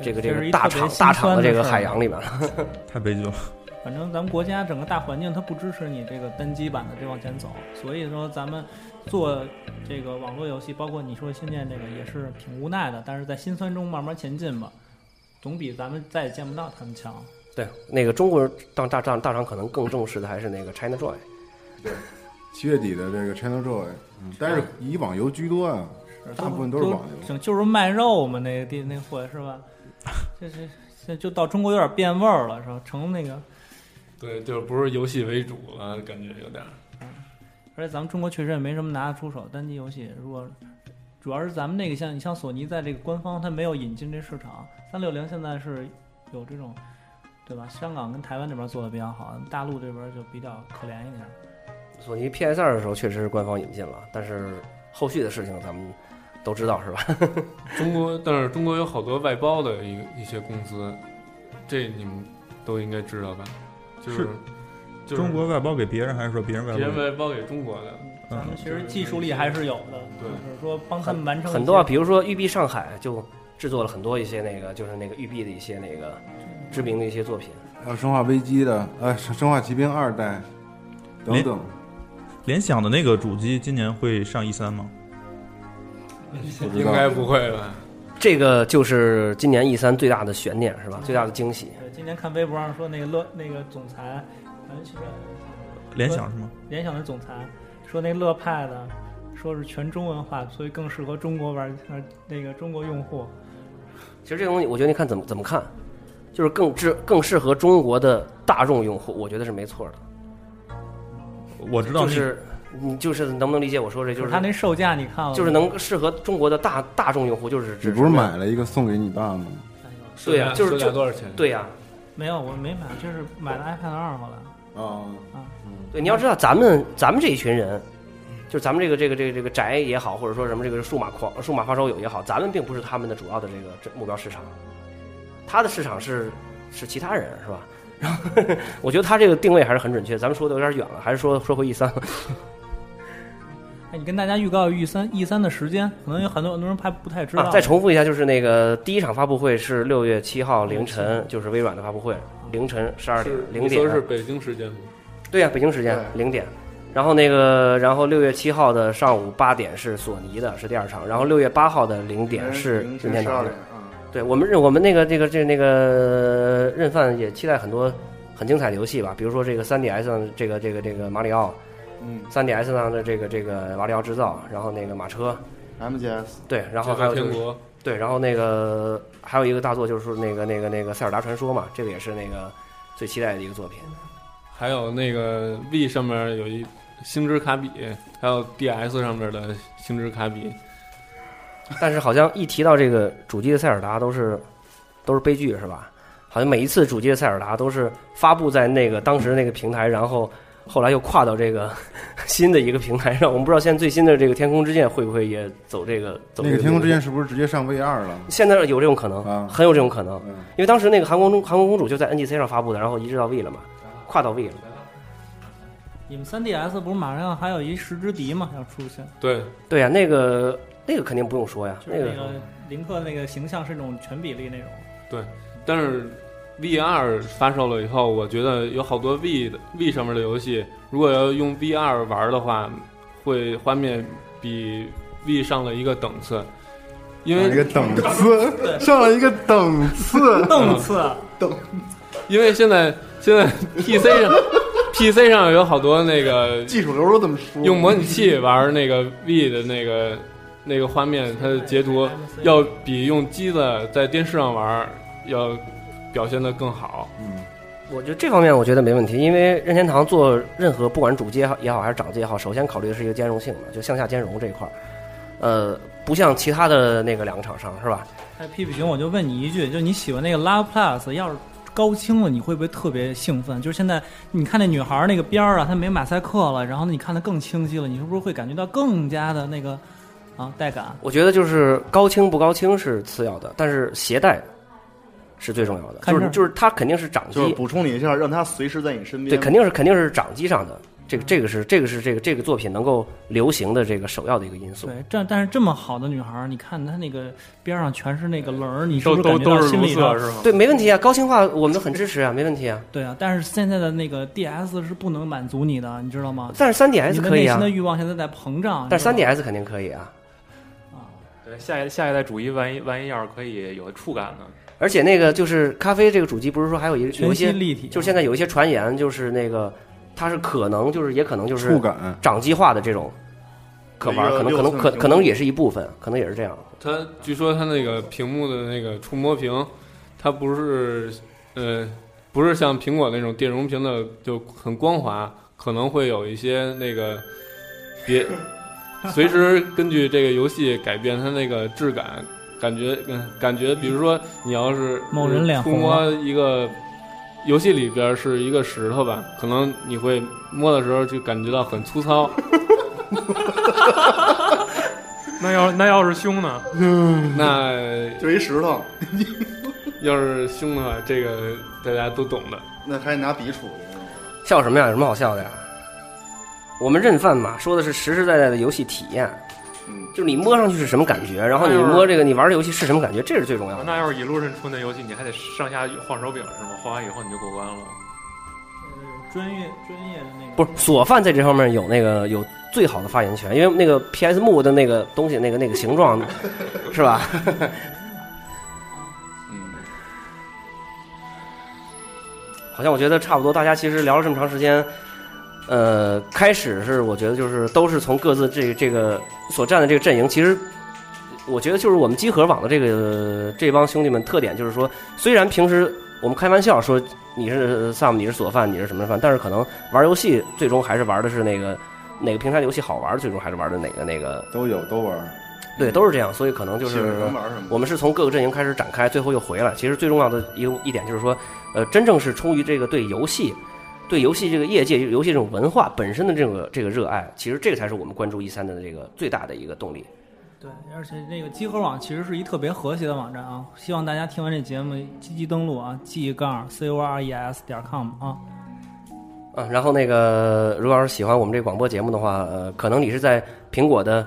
E: 这个这
C: 这是
E: 个
C: 一
E: 大
C: 特别
E: 厂
C: 心
E: 大厂
C: 酸
E: 的
C: 的
E: 这个
C: 事儿
E: 海洋里面了。
D: 太悲剧了。
C: 反正咱们国家整个大环境它不支持你这个单机版的这往前走，所以说咱们做这个网络游戏，包括你说《仙剑》这个也是挺无奈的，但是在辛酸中慢慢前进吧，总比咱们再也见不到他们强。
E: 对，那个中国人当大大大厂可能更重视的还是那个 China Joy。
A: 七月底的这个 China Joy，嗯但是以网游居多啊，大部分都是网游。
C: 整就是卖肉嘛，那个地那货是吧？这这这就到中国有点变味儿了，是吧？成那个，
G: 对，就是不是游戏为主了，感觉有点儿。
C: 而且咱们中国确实也没什么拿得出手单机游戏。如果主要是咱们那个像你像索尼在这个官方，它没有引进这市场。三六零现在是有这种，对吧？香港跟台湾这边做的比较好，大陆这边就比较可怜一点。
E: 索尼 PS 二的时候确实是官方引进了，但是后续的事情咱们都知道是吧？
G: 中国，但是中国有好多外包的一一些公司，这你们都应该知道吧？就是
D: 是
G: 就是
D: 中国外包给别人，还是说别人外
G: 别人
D: 包？
G: 外包给中国的，
E: 嗯
C: 咱们其实技术力还是有的，
G: 对
C: 就是说帮他们完成
E: 很多啊，比如说育碧上海就制作了很多一些那个就是那个育碧的一些那个知名的一些作品。
A: 还有《生化危机》的，呃，《生生化奇兵二代》等等。
D: 联想的那个主机今年会上 E 三吗？
A: 不知
G: 应
A: 道
G: 该不会吧？
E: 这个就是今年 E 三最大的悬念是吧？最大的惊喜。
C: 对，今天看微博上说那个乐那个总裁，嗯，是吧
D: 联想是吗？
C: 联想的总裁说那乐派的，说是全中文化，所以更适合中国玩呃那个中国用户。
E: 其实这个东西，我觉得你看怎么怎么看，就是更适更适合中国的大众用户，我觉得是没错的。
D: 我知道
E: 就
D: 那
E: 是你就是能不能理解我说这？就是
C: 他那售价你看了吗，
E: 就是能适合中国的大大众用户，就是
A: 你
E: 指
A: 不是买了一个送给你爸吗？
C: 哎呦
E: 对
G: 售
E: 呀、
G: 价
E: 就是
G: 售价
E: 就
G: 多少钱？
E: 对呀、
C: 没有，我没买，就是买了 iPad 二后来。
A: 啊，
E: 对，你要知道咱们咱们这一群人，就是咱们这个这个这个这个宅也好，或者说什么这个数码狂数码发烧友也好，咱们并不是他们的主要的这个这目标市场，他的市场是是其他人是吧？ 然后我觉得他这个定位还是很准确，咱们说的有点远了，还是说说回 E 三。
C: 哎，你跟大家预告 E 三 E 三的时间，可能有很多很多人还不太知道。
E: 啊，再重复一下，就是那个第一场发布会是六月七号凌晨，就是微软的发布会，凌晨十二点
G: 是
E: 零啊
G: 你说
E: 点，
G: 是北京时间吗？
E: 对呀、北京时间零点。然后那个，然后六月七号的上午八点是索尼的，是第二场。然后六月八号的零点是
F: 凌
E: 任
F: 晨
E: 天
F: 十
E: 堂
F: 二
E: 的
F: 嗯点。啊，
E: 对我们任我们那个这个这个、那个任范也期待很多很精彩的游戏吧，比如说这个 3DS 上的这个这个这个马里奥
F: 嗯
E: ，3DS 上的这个这个马里奥制造，然后那个马车，
F: ，MGS
E: 对，然后
G: 这
E: 还
G: 个
E: 有就是
G: 天国，
E: 对，然后那个还有一个大作就是那个那个那个塞尔达传说嘛，这个也是那个最期待的一个作品。
G: 还有那个 V 上面有一星之卡比，还有 DS 上面的星之卡比，
E: 但是好像一提到这个主机的塞尔达都是都是悲剧是吧？好像每一次主机的塞尔达都是发布在那个当时那个平台，然后后来又跨到这个 新的一个平台上。我们不知道现在最新的这个天空之剑会不会也走这个走
A: 那个
E: 这个
A: 《天空
E: 路
A: 之剑》
E: 线
A: 是不是直接上 V 二了？
E: 现在有这种可能，
A: 啊
E: 很有这种可能，
A: 嗯
E: 因为当时那个韩国公韩国公主就在 NGC 上发布的，然后移植到 V 了嘛，跨到 V 了。
C: 你们 3DS 不是马上还有一十之敌嘛要出现？
G: 对，
E: 对呀、那个那个肯定不用说呀，
C: 就是
E: 个
C: 那个林克那个形象是那种全比例 那种。
G: 但是 VR 发售了以后，我觉得有好多 V 的 V 上面的游戏，如果要用 VR 玩的话，会画面比 V 上了一个等次，因
A: 上了一个
G: 为
A: 等次，上了一个等 次。
C: 档次，
G: 嗯因为现在现在 PC 上 PC 上有好多那个
F: 技术流都这么说，
G: 用模拟器玩那个 V 的那个那个画面，它
C: 哎
G: 的截图要比用机子在电视上玩要表现得更好。
E: 我觉得这方面我觉得没问题，因为任天堂做任何不管主机也好也好还是掌机也好，首先考虑的是一个兼容性嘛，就向下兼容这一块儿。呃，不像其他的那个两个厂商是吧？
C: 哎，屁屁熊，我就问你一句，就你喜欢那个 Love Plus，要是高清了，你会不会特别兴奋？就是现在你看那女孩儿那个边儿啊，她没马赛克了，然后你看的更清晰了，你是不是会感觉到更加的那个啊带感？
E: 我觉得就是高清不高清是次要的，但是携带是最重要的。
C: 看
E: 就
C: 这
E: 是
C: 儿
E: 就是它肯定是掌
F: 就是
E: 机，
F: 补充你一下，让它随时在你身边。
E: 对，肯定是肯定是掌机上的。
F: 嗯
E: 这个这个是这个是这个这个作品能够流行的这个首要的一个因素。
C: 对，这但是这么好的女孩儿，你看她那个边儿上全是那个棱儿，你是不 是
B: 都都
C: 感觉到
B: 都是
C: 心
B: 如
C: 里
B: 厕
C: 头？
B: 是吗？
E: 对，没问题啊，高清化我们都很支持啊，没问题啊。
C: 对啊，但是现在的那个 DS 是不能满足你的，你知道吗？
E: 但是
C: 你
E: 3DS
C: 的
E: 可以
C: 内心
E: 啊
C: 的，欲望现在在膨胀。
E: 但是
C: 你知道吗
E: 3DS 肯定可以啊。
B: 对，下一下一代主机，万一万一要是可以有触感 呢？
E: 而且那个就是咖啡这个主机，不是说还有一有
C: 全
E: 一
C: 息
E: 些，
C: 立体啊，
E: 就是现在有一些传言，就是那个它是可能就是也可能就是
A: 触感。
E: 掌机化的这种可玩儿，可能可能可可能也是一部分，可能也是这样。
G: 它据说它那个屏幕的那个触摸屏，它不是呃不是像苹果那种电容屏的就很光滑，可能会有一些那个别随时根据这个游戏改变它那个质感，感觉嗯感觉，比如说你要是
C: 某人脸
G: 触
C: 红
G: 摸一个。游戏里边是一个石头吧，可能你会摸的时候就感觉到很粗糙，
B: 那要那要是凶呢？
G: 那
F: 就一石头，
G: 要是凶的话，这个大家都懂的。
F: 那还拿笔杵。
E: 笑什么呀？有什么好笑的呀？我们认饭嘛，说的是实实在在的游戏体验，
F: 嗯，
E: 就是你摸上去是什么感觉，然后你
B: 哎呦
E: 摸这个你玩的游戏是什么感觉，这是最重要的。
B: 啊那要是一路认出那游戏，你还得上下晃手柄是吗？晃完以后你就过关了。
C: 专业专业的那个
E: 不是索范在这方面有那个有最好的发言权，因为那个 PS 木的那个东西，那个那个形状，是吧？好像我觉得差不多，大家其实聊了这么长时间，呃，开始是我觉得就是都是从各自这这个所站的这个阵营，其实我觉得就是我们集合网的这个这帮兄弟们特点就是说，虽然平时我们开玩笑说你是 Sam，你是索范，你是什么范，但是可能玩游戏最终还是玩的是那个哪个平台游戏好玩，最终还是玩的哪个那个，
A: 都有都玩儿，
E: 对，都是这样，所以可能就
F: 喜
E: 是
F: 欢能玩什么？
E: 我们是从各个阵营开始展开，最后又回来。其实最重要的一个一点就是说，呃，真正是出于这个对游戏、对游戏这个业界、游戏这种文化本身的这个这个热爱，其实这个才是我们关注一三的这个最大的一个动力。
C: 对，而且那个集合网其实是一特别和谐的网站啊，希望大家听完这节目积极登录啊，g 杠 c o r e s 点 com 啊。
E: 啊，然后那个，如果要是喜欢我们这个广播节目的话，呃，可能你是在苹果的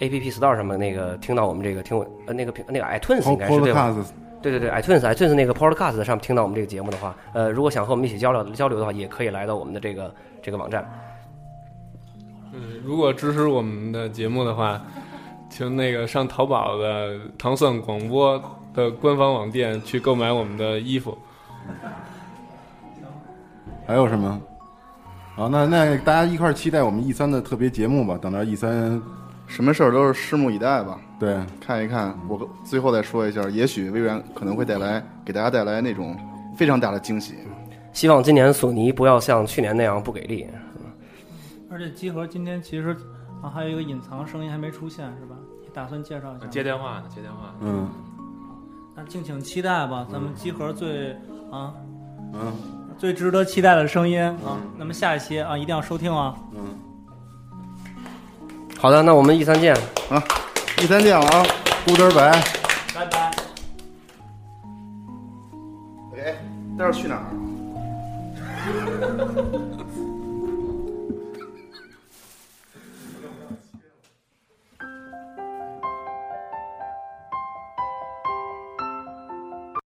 E: A P P Store 上面那个听到我们这个听我呃那个苹那个
F: 哦
E: iTunes 应该是对吧？
A: Podcast
E: 对对对，iTunes iTunes 那个 Podcast 上听到我们这个节目的话，呃，如果想和我们一起交流交流的话，也可以来到我们的这个这个网站。
G: 嗯，如果支持我们的节目的话，请那个上淘宝的糖蒜广播的官方网店去购买我们的衣服。
A: 还有什么？好，那那大家一块儿期待我们 E 三的特别节目吧，等到 E 三
F: 什么事儿都是拭目以待吧，
A: 对
F: 看一看。我最后再说一下，也许微软可能会带来给大家带来那种非常大的惊喜。
E: 希望今年索尼不要像去年那样不给力。
C: 而且集合今天其实啊还有一个隐藏声音还没出现是吧？打算介绍一下吗。
B: 呃接电话呢，接电话呢。
A: 嗯
C: 那敬请期待吧，咱们集合最啊
A: 嗯
C: 最值得期待的声音啊。那么下一期啊一定要收听啊。
A: 嗯，
E: 好的，那我们一 E 三见。
F: 第三见了啊，
A: 孤灯儿白。
C: 拜拜。
F: 哎，待会儿去哪儿？